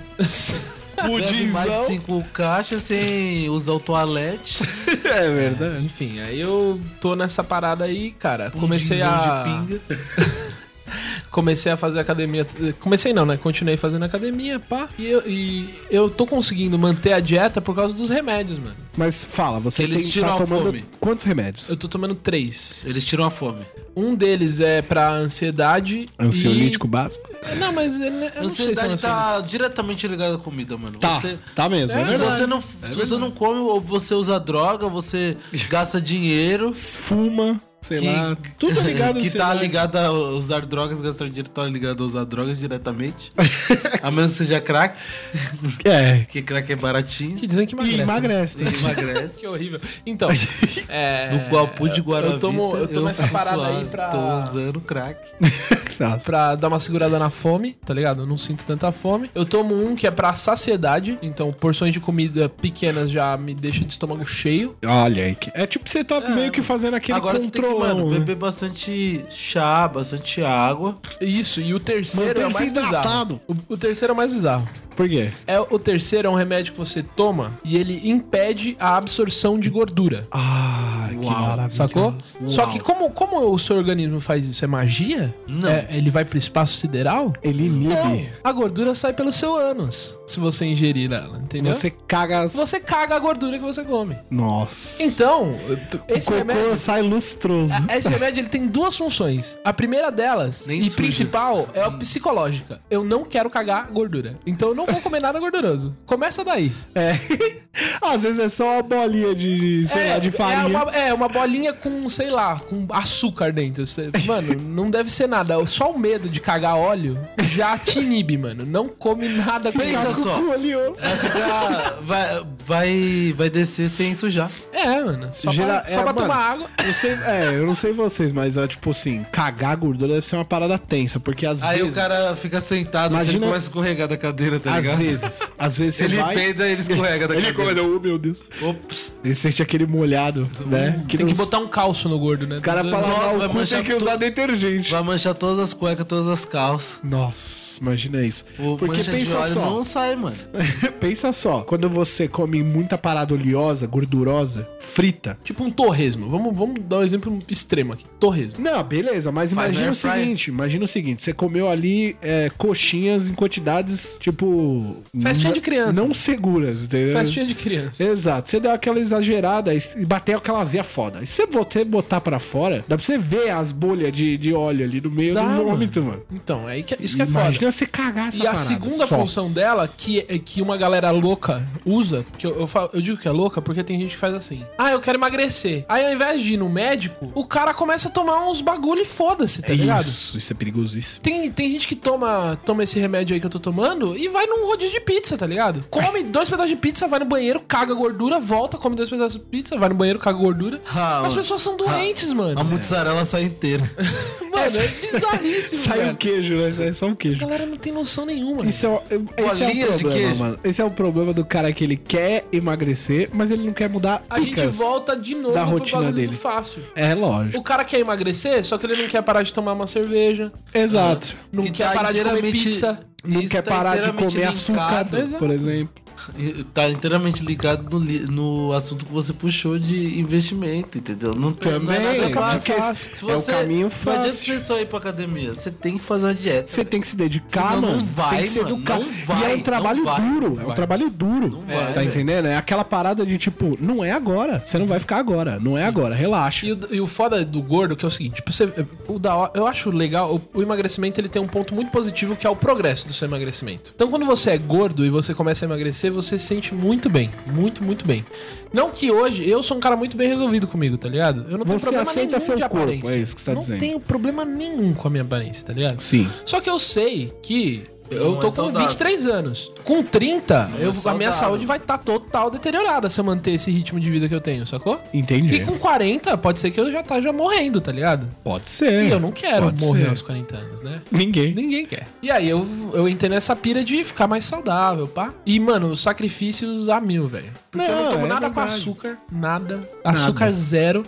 [SPEAKER 2] Bebe mais de 5 caixas sem usar o toalete.
[SPEAKER 1] É verdade.
[SPEAKER 3] Enfim, aí eu tô nessa parada aí, cara. Comecei
[SPEAKER 2] Pudinzão
[SPEAKER 3] a...
[SPEAKER 2] um de pinga.
[SPEAKER 3] Comecei a fazer academia. Comecei não, né? Continuei fazendo academia, pá. E eu, e eu tô conseguindo manter a dieta por causa dos remédios, mano.
[SPEAKER 1] Mas fala, você
[SPEAKER 2] Que eles
[SPEAKER 1] tem,
[SPEAKER 2] tiram
[SPEAKER 1] tá
[SPEAKER 2] a
[SPEAKER 1] tomando
[SPEAKER 2] fome.
[SPEAKER 1] quantos remédios?
[SPEAKER 3] Eu tô tomando três.
[SPEAKER 2] Eles tiram a fome.
[SPEAKER 3] Um deles é pra ansiedade.
[SPEAKER 1] Ansiolítico básico?
[SPEAKER 3] E... Não, mas eu não- eu não sei É se é
[SPEAKER 2] ansiedade
[SPEAKER 3] ansiedade.
[SPEAKER 2] tá diretamente ligada à comida, mano. Você-
[SPEAKER 1] tá mesmo.
[SPEAKER 2] se
[SPEAKER 1] verdade.
[SPEAKER 2] você, não, se você não come ou você usa droga, você gasta dinheiro.
[SPEAKER 1] Fuma, sei
[SPEAKER 2] Que-
[SPEAKER 1] lá, tudo ligado à
[SPEAKER 2] que tá
[SPEAKER 1] ansiedade.
[SPEAKER 2] ligado a usar drogas, gastar dinheiro tá ligado a usar drogas diretamente. a menos que seja crack,
[SPEAKER 1] É,
[SPEAKER 2] porque crack é baratinho
[SPEAKER 3] Que dizem que
[SPEAKER 1] e
[SPEAKER 3] emagrece.
[SPEAKER 1] emagrece.
[SPEAKER 3] né?
[SPEAKER 2] e emagrece.
[SPEAKER 3] Que horrível. Então, é...
[SPEAKER 2] No guapu de Guaravita,
[SPEAKER 3] Eu tomo, eu tomo essa
[SPEAKER 2] faço
[SPEAKER 3] parada aí
[SPEAKER 2] suave,
[SPEAKER 3] pra...
[SPEAKER 2] Tô usando crack.
[SPEAKER 1] Tá.
[SPEAKER 3] Pra dar uma segurada na fome, tá ligado? Eu não sinto tanta fome. Eu tomo um que é pra saciedade, então porções de comida pequenas já me deixam de estômago cheio.
[SPEAKER 1] Olha aí. que- É tipo você tá meio que fazendo aquele
[SPEAKER 2] Ah. Agora você tem que,
[SPEAKER 1] controlão.
[SPEAKER 2] mano,
[SPEAKER 1] né?
[SPEAKER 2] beber bastante chá, bastante água.
[SPEAKER 3] Isso, e o terceiro é o
[SPEAKER 1] Manter-se
[SPEAKER 3] mais bizarro.
[SPEAKER 1] hidratado.
[SPEAKER 3] O, o terceiro é o mais bizarro.
[SPEAKER 1] Por quê?
[SPEAKER 3] É, o terceiro é um remédio que você toma e ele impede a absorção de gordura.
[SPEAKER 1] Ah, que
[SPEAKER 2] Uau,
[SPEAKER 1] maravilha.
[SPEAKER 3] Sacou? Só
[SPEAKER 2] Uau.
[SPEAKER 3] que como, como o seu organismo faz isso? É magia?
[SPEAKER 2] Não.
[SPEAKER 3] É, ele vai pro espaço sideral?
[SPEAKER 1] Ele inibe.
[SPEAKER 3] A gordura sai pelo seu ânus, se você ingerir ela, entendeu?
[SPEAKER 1] Você caga as...
[SPEAKER 3] você caga a gordura que você come.
[SPEAKER 1] Nossa.
[SPEAKER 3] Então, esse
[SPEAKER 1] o
[SPEAKER 3] remédio,
[SPEAKER 1] cocô sai lustroso.
[SPEAKER 3] esse remédio ele tem duas funções. A primeira delas,
[SPEAKER 2] Nem
[SPEAKER 3] e
[SPEAKER 2] suja.
[SPEAKER 3] principal, é
[SPEAKER 1] Hum.
[SPEAKER 3] a psicológica. Eu não quero cagar gordura. Então eu não vou comer nada gorduroso. Começa daí.
[SPEAKER 1] É. Às vezes é só uma bolinha de, sei lá, de farinha.
[SPEAKER 3] É uma, é, uma bolinha com, sei lá, com açúcar dentro. Você- Mano, não deve ser nada. Só o medo de cagar óleo já te inibe, mano. Não come nada com
[SPEAKER 2] Pensa
[SPEAKER 1] Tá com o
[SPEAKER 2] só. É.
[SPEAKER 1] cu oleoso.
[SPEAKER 2] Vai, ficar- vai, vai, vai descer sem sujar.
[SPEAKER 3] É, mano. Só
[SPEAKER 1] Gera-
[SPEAKER 3] pra,
[SPEAKER 1] é,
[SPEAKER 3] só pra
[SPEAKER 1] mano,
[SPEAKER 3] tomar água.
[SPEAKER 1] Eu sei, é, eu não sei vocês, mas é tipo assim, cagar gordura deve ser uma parada tensa, porque às
[SPEAKER 2] Aí
[SPEAKER 1] vezes.
[SPEAKER 2] o cara fica sentado,
[SPEAKER 1] Imagina-
[SPEAKER 2] assim, ele começa a escorregar da cadeira, tá
[SPEAKER 1] Às
[SPEAKER 2] ligado?
[SPEAKER 1] vezes. Às vezes você
[SPEAKER 2] Ele
[SPEAKER 1] vai.
[SPEAKER 2] peida, ele escorrega da
[SPEAKER 1] Ele
[SPEAKER 2] cadeira.
[SPEAKER 1] começa, oh meu Deus.
[SPEAKER 2] Ops.
[SPEAKER 1] Ele sente aquele molhado,
[SPEAKER 2] Hum,
[SPEAKER 1] né?
[SPEAKER 3] Tem que
[SPEAKER 1] não-
[SPEAKER 3] botar um calço no gordo, né?
[SPEAKER 1] O cara pra
[SPEAKER 2] um- Nossa,
[SPEAKER 1] lavar
[SPEAKER 2] vai
[SPEAKER 1] o cu tem
[SPEAKER 2] manchar
[SPEAKER 1] que usar detergente.
[SPEAKER 2] Vai manchar todas as cuecas, todas as calças.
[SPEAKER 1] Nossa, imagina isso.
[SPEAKER 2] O
[SPEAKER 1] Porque
[SPEAKER 2] mancha de
[SPEAKER 1] pensa
[SPEAKER 2] óleo
[SPEAKER 1] só.
[SPEAKER 2] não sai, mano.
[SPEAKER 1] pensa só, quando você come muita parada oleosa, gordurosa, frita.
[SPEAKER 3] Tipo um torresmo. Vamos, vamos dar um exemplo extremo aqui. Torresmo.
[SPEAKER 1] Não, beleza, mas
[SPEAKER 2] Faz
[SPEAKER 1] imagina
[SPEAKER 2] no
[SPEAKER 1] o
[SPEAKER 2] air fryer.
[SPEAKER 1] seguinte, imagina o seguinte, você comeu ali é, coxinhas em quantidades, tipo...
[SPEAKER 3] Festinha
[SPEAKER 1] n-
[SPEAKER 3] de criança.
[SPEAKER 1] Não seguras, entendeu?
[SPEAKER 3] Festinha de criança.
[SPEAKER 1] Exato, você deu aquela exagerada e e bateu aquela azia foda. E se você botar pra fora, dá pra você ver as bolhas de, de óleo ali no meio
[SPEAKER 3] Dá,
[SPEAKER 1] do vômito, mano.
[SPEAKER 3] Então, é aí que, isso que é
[SPEAKER 1] Imagina
[SPEAKER 3] foda.
[SPEAKER 1] você cagar essa
[SPEAKER 3] E a
[SPEAKER 1] parada, só.
[SPEAKER 3] segunda função dela, que é que uma galera louca usa, porque eu, eu, falo- eu digo que é louca porque tem gente que faz assim. Ah, eu quero emagrecer. Aí ao invés de ir no médico, o cara começa a tomar uns bagulho e foda-se, tá ligado?
[SPEAKER 1] Isso, isso é perigosíssimo.
[SPEAKER 3] Tem, tem gente que toma, toma esse remédio aí que eu tô tomando e vai num rodízio de pizza, tá ligado? Come dois pedaços de pizza, vai no banheiro, caga gordura, volta, come dois pedaços de pizza, vai no banheiro, caga gordura.
[SPEAKER 2] Ah,
[SPEAKER 3] As pessoas são doentes, mano.
[SPEAKER 2] A mussarela sai inteira.
[SPEAKER 3] Mano, é bizarríssimo,
[SPEAKER 1] Sai
[SPEAKER 3] velho.
[SPEAKER 1] um queijo, né? Sai só um
[SPEAKER 3] A
[SPEAKER 1] queijo.
[SPEAKER 3] galera não tem noção nenhuma.
[SPEAKER 1] Isso é, o- esse é
[SPEAKER 2] Bolinhas
[SPEAKER 1] o
[SPEAKER 2] de
[SPEAKER 1] problema,
[SPEAKER 2] queijo.
[SPEAKER 1] mano. Esse é o problema do cara que ele quer emagrecer, mas ele não quer mudar
[SPEAKER 3] A gente
[SPEAKER 1] picas.
[SPEAKER 3] volta de novo
[SPEAKER 1] da
[SPEAKER 3] pro
[SPEAKER 1] rotina
[SPEAKER 3] bagulho
[SPEAKER 1] dele.
[SPEAKER 3] do fácil.
[SPEAKER 1] É lógico.
[SPEAKER 3] O cara quer emagrecer, só que ele não quer parar de tomar uma cerveja,
[SPEAKER 1] Exato.
[SPEAKER 3] não
[SPEAKER 2] Que
[SPEAKER 3] quer
[SPEAKER 2] tá
[SPEAKER 3] parar de comer
[SPEAKER 2] inteiramente-
[SPEAKER 3] pizza.
[SPEAKER 1] Não
[SPEAKER 2] Isso
[SPEAKER 1] quer
[SPEAKER 2] tá
[SPEAKER 1] parar de
[SPEAKER 2] inteiramente
[SPEAKER 1] comer açúcar,
[SPEAKER 2] linkado-
[SPEAKER 3] Exato.
[SPEAKER 1] por exemplo.
[SPEAKER 2] E Tá inteiramente ligado no, li- no assunto que você puxou de investimento, entendeu? Não, tem- não
[SPEAKER 1] Também,
[SPEAKER 2] é
[SPEAKER 1] é o
[SPEAKER 2] nada
[SPEAKER 1] caminho
[SPEAKER 2] fácil.
[SPEAKER 1] fácil.
[SPEAKER 2] Se
[SPEAKER 1] É o
[SPEAKER 2] você,
[SPEAKER 1] caminho
[SPEAKER 2] Não adianta
[SPEAKER 1] fácil.
[SPEAKER 2] você só ir pra academia. Você tem que fazer uma dieta.
[SPEAKER 1] Você tem que se dedicar,
[SPEAKER 2] Senão não
[SPEAKER 1] mano. você tem
[SPEAKER 2] vai,
[SPEAKER 1] que se
[SPEAKER 2] mano,
[SPEAKER 1] educar.
[SPEAKER 2] não vai,
[SPEAKER 1] e é um
[SPEAKER 2] não
[SPEAKER 1] trabalho
[SPEAKER 2] vai,
[SPEAKER 1] duro.
[SPEAKER 2] não
[SPEAKER 1] é um
[SPEAKER 2] vai.
[SPEAKER 1] trabalho duro.
[SPEAKER 2] vai,
[SPEAKER 1] tá
[SPEAKER 2] velho.
[SPEAKER 1] entendendo? É aquela parada de tipo, não é agora. Você não vai ficar agora. Não é agora. Relaxa.
[SPEAKER 3] E o, e o foda do gordo que é o seguinte, tipo, você, o da, hora- eu acho legal, o, o emagrecimento ele tem um ponto muito positivo que é o progresso do seu emagrecimento. Então quando você é gordo e você começa a emagrecer, você se sente muito bem, muito, muito bem. Não que hoje eu sou um cara muito bem resolvido comigo, tá ligado? Eu não tenho
[SPEAKER 1] Você
[SPEAKER 3] problema
[SPEAKER 1] aceita
[SPEAKER 3] nenhum
[SPEAKER 1] seu
[SPEAKER 3] de
[SPEAKER 1] corpo,
[SPEAKER 3] aparência.
[SPEAKER 1] é isso que você tá
[SPEAKER 3] não
[SPEAKER 1] dizendo.
[SPEAKER 3] tenho problema nenhum com a minha aparência, tá ligado?
[SPEAKER 1] Sim.
[SPEAKER 3] Só que eu sei que eu
[SPEAKER 2] Não é
[SPEAKER 3] tô com
[SPEAKER 2] saudável.
[SPEAKER 3] 23 anos. Com 30,
[SPEAKER 2] Não é
[SPEAKER 3] eu, a minha
[SPEAKER 2] saudável.
[SPEAKER 3] saúde vai estar total deteriorada se eu manter esse ritmo de vida que eu tenho, sacou?
[SPEAKER 1] Entendi.
[SPEAKER 3] E com 40, pode ser que eu já tá já morrendo, tá ligado?
[SPEAKER 1] Pode ser.
[SPEAKER 3] e eu não quero
[SPEAKER 1] É, pode
[SPEAKER 3] morrer
[SPEAKER 1] ser.
[SPEAKER 3] aos 40 anos, né?
[SPEAKER 1] Ninguém.
[SPEAKER 3] Ninguém quer. E aí eu, eu entrei nessa pira de ficar mais saudável, pá. E, mano, os sacrifícios a mil, velho. Porque eu
[SPEAKER 1] Não,
[SPEAKER 3] não tomo
[SPEAKER 1] é
[SPEAKER 3] nada com
[SPEAKER 1] verdade.
[SPEAKER 3] açúcar, nada. Açúcar zero.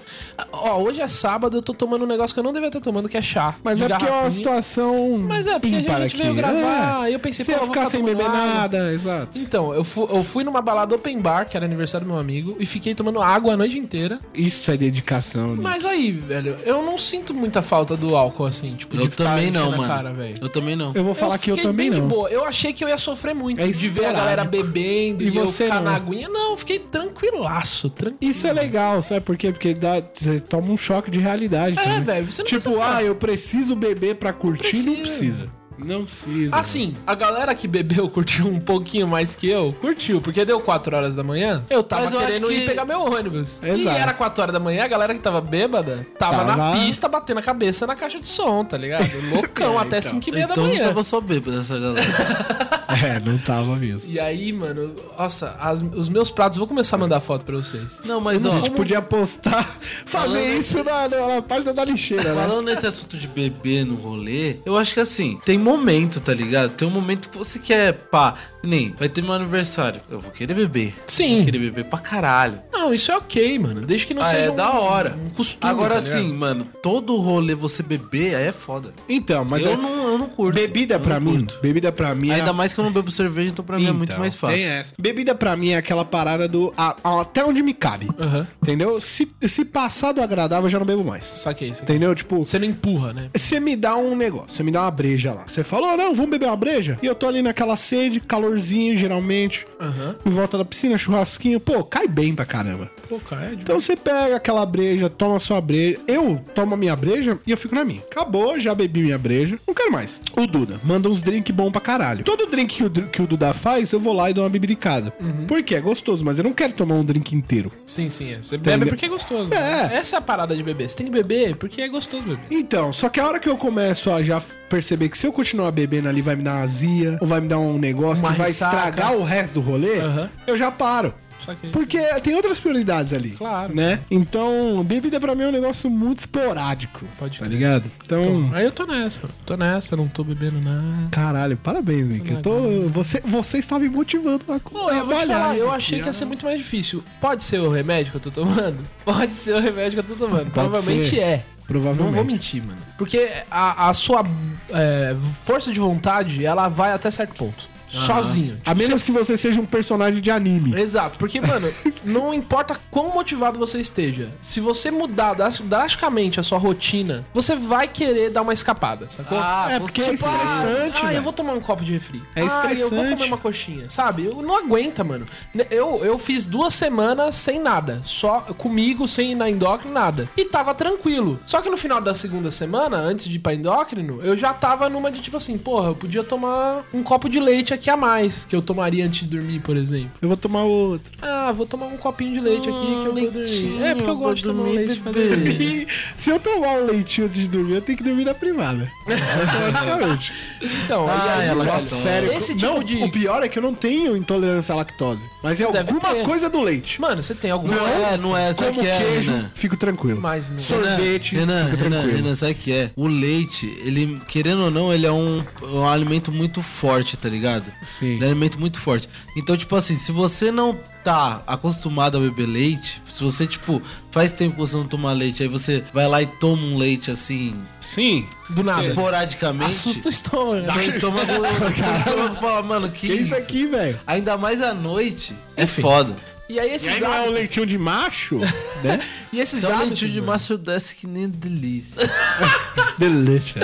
[SPEAKER 3] Ó, hoje é sábado, eu tô tomando um negócio que eu não devia estar tomando, que é chá.
[SPEAKER 1] Mas
[SPEAKER 3] de
[SPEAKER 1] é porque é uma
[SPEAKER 3] garrafinha.
[SPEAKER 1] situação.
[SPEAKER 3] Mas é, porque a
[SPEAKER 1] ímpar
[SPEAKER 3] gente veio
[SPEAKER 1] aqui.
[SPEAKER 3] gravar,
[SPEAKER 1] É.
[SPEAKER 3] e eu pensei,
[SPEAKER 1] Você
[SPEAKER 3] pô,
[SPEAKER 1] ia
[SPEAKER 3] eu vou
[SPEAKER 1] ficar
[SPEAKER 3] ficar
[SPEAKER 1] sem
[SPEAKER 3] tomando
[SPEAKER 1] beber
[SPEAKER 3] água.
[SPEAKER 1] nada, exato.
[SPEAKER 3] Então, eu, fu- eu fui numa balada open bar, que era aniversário do meu amigo, e fiquei tomando água a noite inteira.
[SPEAKER 1] Isso é dedicação. né?
[SPEAKER 3] Mas aí, velho, eu não sinto muita falta do álcool, assim, tipo, de
[SPEAKER 2] Eu
[SPEAKER 3] ficar
[SPEAKER 2] também não,
[SPEAKER 3] enchendo a
[SPEAKER 2] mano.
[SPEAKER 3] cara, velho.
[SPEAKER 2] eu também não.
[SPEAKER 1] Eu vou falar que eu
[SPEAKER 3] fiquei
[SPEAKER 1] também
[SPEAKER 3] bem
[SPEAKER 1] não.
[SPEAKER 3] De boa. Eu achei que eu ia sofrer muito
[SPEAKER 1] É
[SPEAKER 3] de ver a
[SPEAKER 1] esporádico.
[SPEAKER 3] galera bebendo
[SPEAKER 1] E
[SPEAKER 3] e,
[SPEAKER 1] você
[SPEAKER 3] eu ficar
[SPEAKER 1] não.
[SPEAKER 3] na aguinha. Não, eu fiquei tranquilaço, tranquilo.
[SPEAKER 1] Isso é legal, sabe por quê? Porque dá, você toma um choque de realidade.
[SPEAKER 3] É,
[SPEAKER 1] também.
[SPEAKER 3] velho, você não
[SPEAKER 1] Tipo,
[SPEAKER 3] precisa ficar-
[SPEAKER 1] ah, eu preciso beber pra curtir. Não
[SPEAKER 3] Precisa.
[SPEAKER 1] precisa. Não precisa.
[SPEAKER 3] Assim, a galera que bebeu curtiu um pouquinho mais que eu, curtiu, porque deu 4 horas da manhã, eu tava
[SPEAKER 2] Mas eu
[SPEAKER 3] querendo
[SPEAKER 2] acho que-
[SPEAKER 3] ir pegar meu ônibus.
[SPEAKER 1] Exato.
[SPEAKER 3] E era 4 horas da manhã, a galera que tava bêbada tava, na
[SPEAKER 1] Tava-
[SPEAKER 3] pista batendo a cabeça na caixa de som, tá ligado? Loucão, até 5 e meia
[SPEAKER 2] então
[SPEAKER 3] da
[SPEAKER 2] eu
[SPEAKER 3] manhã.
[SPEAKER 2] tava só bêbado essa galera.
[SPEAKER 1] mano. É, não tava mesmo.
[SPEAKER 3] E aí, mano, nossa, as- os meus pratos, vou começar a mandar foto pra vocês.
[SPEAKER 2] Não, mas
[SPEAKER 1] A
[SPEAKER 2] ó,
[SPEAKER 1] gente podia postar, fazer
[SPEAKER 2] Falando-
[SPEAKER 1] isso na, na, na página da lixeira, né?
[SPEAKER 2] Falando nesse assunto de beber no rolê, eu acho que assim, tem momento, tá ligado? Tem um momento que você quer, pá, nem, vai ter meu aniversário. Eu vou querer beber.
[SPEAKER 3] Sim.
[SPEAKER 2] Vou querer beber pra caralho.
[SPEAKER 3] Não, isso é ok, mano. Desde que não
[SPEAKER 2] Ah,
[SPEAKER 3] seja
[SPEAKER 2] é
[SPEAKER 3] um,
[SPEAKER 2] da hora.
[SPEAKER 3] um costume.
[SPEAKER 2] Agora
[SPEAKER 3] tá ligado?
[SPEAKER 2] assim, mano, todo rolê você beber aí é foda.
[SPEAKER 1] Então, mas
[SPEAKER 2] eu,
[SPEAKER 1] é-
[SPEAKER 2] não, eu não curto.
[SPEAKER 1] bebida
[SPEAKER 2] Eu não
[SPEAKER 1] pra mim,
[SPEAKER 2] curto.
[SPEAKER 1] bebida pra mim é
[SPEAKER 2] Ainda mais que eu não bebo cerveja, então pra mim é muito
[SPEAKER 1] Então,
[SPEAKER 2] mais fácil.
[SPEAKER 1] tem essa. Bebida pra mim é aquela parada do a- a- até onde me cabe.
[SPEAKER 3] Aham.
[SPEAKER 1] Entendeu? Se, se passar do agradável, eu já não bebo mais.
[SPEAKER 3] Saquei isso aqui.
[SPEAKER 1] Entendeu? Tipo,
[SPEAKER 3] Você não empurra, né?
[SPEAKER 1] você me dá um negócio, você me dá uma breja lá. Você falou, não, vamos beber uma breja? E eu tô ali naquela sede, calorzinho, geralmente.
[SPEAKER 3] Aham.
[SPEAKER 1] Em volta da piscina, churrasquinho. Pô, cai bem pra caramba.
[SPEAKER 3] Pô, cara, é de...
[SPEAKER 1] Então você pega aquela breja, toma sua breja. Eu tomo a minha breja e eu fico na minha. Acabou, já bebi minha breja. Não quero mais. O Duda manda uns drink bom pra caralho. Todo drink que o, dr- que o Duda faz, eu vou lá e dou uma bibiricada.
[SPEAKER 3] Uhum.
[SPEAKER 1] Porque é gostoso, mas eu não quero tomar um drink inteiro.
[SPEAKER 3] Sim, sim, é. Você bebe
[SPEAKER 1] Entendeu?
[SPEAKER 3] porque é gostoso.
[SPEAKER 1] É.
[SPEAKER 3] né? Essa é a parada de beber. Você tem que beber porque é gostoso beber.
[SPEAKER 1] Então, só que a hora que eu começo a já perceber que se eu continuar bebendo ali vai me dar uma azia, ou vai me dar um negócio
[SPEAKER 3] Uma
[SPEAKER 1] que vai
[SPEAKER 3] ressaca.
[SPEAKER 1] estragar o resto do rolê,
[SPEAKER 3] Aham.
[SPEAKER 1] eu já paro.
[SPEAKER 3] Saquei.
[SPEAKER 1] Porque tem outras prioridades ali.
[SPEAKER 3] Claro.
[SPEAKER 1] Né? Então, bebida pra mim é um negócio muito esporádico.
[SPEAKER 3] Pode
[SPEAKER 1] Tá
[SPEAKER 3] crer.
[SPEAKER 1] ligado? Então.
[SPEAKER 3] Aí eu tô nessa. Tô nessa, eu não tô bebendo nada.
[SPEAKER 1] Caralho, parabéns, Nick. Eu tô, você, você está me motivando a
[SPEAKER 3] Pô, eu vou te
[SPEAKER 1] trabalhar,
[SPEAKER 3] falar, eu
[SPEAKER 1] Nick.
[SPEAKER 3] achei que ia ser muito mais difícil. Pode ser o remédio que eu tô tomando? Pode ser o remédio que eu tô tomando. Provavelmente
[SPEAKER 1] ser.
[SPEAKER 3] é.
[SPEAKER 1] Provavelmente.
[SPEAKER 3] Não vou mentir, mano. Porque a, a sua é, força de vontade, ela vai até certo ponto. Sozinho. Tipo,
[SPEAKER 1] A menos que você seja um personagem de anime.
[SPEAKER 3] Exato, porque, mano, não importa quão motivado você esteja, se você mudar dras- drasticamente a sua rotina, você vai querer dar uma escapada, sacou?
[SPEAKER 2] Ah,
[SPEAKER 1] É,
[SPEAKER 2] com
[SPEAKER 1] porque é
[SPEAKER 2] certeza.
[SPEAKER 1] estressante,
[SPEAKER 3] Ah, eu
[SPEAKER 1] velho.
[SPEAKER 3] vou tomar um copo de refri.
[SPEAKER 1] É
[SPEAKER 3] Ah, eu vou
[SPEAKER 1] estressante.
[SPEAKER 3] comer uma coxinha, sabe? Eu não aguenta, mano. Ne- Eu, eu fiz duas semanas sem nada. Só comigo, sem ir na endócrino, nada. E tava tranquilo. Só que no final da segunda semana, antes de ir pra endócrino, eu já tava numa de tipo assim, porra, eu podia tomar um copo de leite aqui a mais que eu tomaria antes de dormir, por exemplo.
[SPEAKER 1] Eu vou tomar outro.
[SPEAKER 3] Ah, vou tomar um copinho de leite aqui que eu vou dormir.
[SPEAKER 2] leitinho,
[SPEAKER 3] É, porque eu
[SPEAKER 2] Hum, vou
[SPEAKER 3] gosto de tomar um
[SPEAKER 2] dormir,
[SPEAKER 3] leite. pra
[SPEAKER 2] bebê.
[SPEAKER 3] dormir.
[SPEAKER 1] Se eu tomar um leitinho antes de dormir, eu tenho que dormir na privada. Exatamente.
[SPEAKER 3] Então, aí-
[SPEAKER 2] Ah,
[SPEAKER 3] aí,
[SPEAKER 2] ela
[SPEAKER 3] Nossa,
[SPEAKER 2] gosta.
[SPEAKER 1] Sério,
[SPEAKER 3] Esse
[SPEAKER 1] não,
[SPEAKER 3] tipo de-
[SPEAKER 1] o pior é que eu não tenho intolerância à lactose. Mas é
[SPEAKER 3] deve
[SPEAKER 1] alguma
[SPEAKER 3] ter.
[SPEAKER 1] coisa do leite.
[SPEAKER 3] Mano, você tem alguma
[SPEAKER 2] Não é, não é, sabe o
[SPEAKER 1] Como
[SPEAKER 2] que é,
[SPEAKER 1] queijo,
[SPEAKER 2] Renan?
[SPEAKER 1] fico tranquilo.
[SPEAKER 3] mais, né?
[SPEAKER 1] Sorvete,
[SPEAKER 2] Renan,
[SPEAKER 1] fico
[SPEAKER 2] Renan,
[SPEAKER 1] tranquilo.
[SPEAKER 2] Renan, sabe o que é? O leite, ele, querendo ou não, ele é um, um alimento muito forte, tá ligado?
[SPEAKER 1] Sim.
[SPEAKER 2] Ele é um alimento muito forte. Então, tipo assim, se você não tá acostumado a beber leite, se você, tipo, faz tempo que você não toma leite, aí você vai lá e toma um leite assim,
[SPEAKER 1] Sim.
[SPEAKER 3] Do nada.
[SPEAKER 2] esporadicamente.
[SPEAKER 3] É. Assusta o estômago. né?
[SPEAKER 2] Seu estômago, seu estômago fala, mano, que,
[SPEAKER 1] Que isso aqui, velho?
[SPEAKER 2] Ainda mais à noite. É foda.
[SPEAKER 3] E aí
[SPEAKER 1] E
[SPEAKER 3] esses
[SPEAKER 1] aí não é um
[SPEAKER 3] hábitos.
[SPEAKER 1] leitinho de macho? né?
[SPEAKER 3] E esses
[SPEAKER 2] Se é um
[SPEAKER 3] hábitos.
[SPEAKER 2] leitinho de
[SPEAKER 3] mano.
[SPEAKER 2] maço desce que nem delícia.
[SPEAKER 1] Delícia.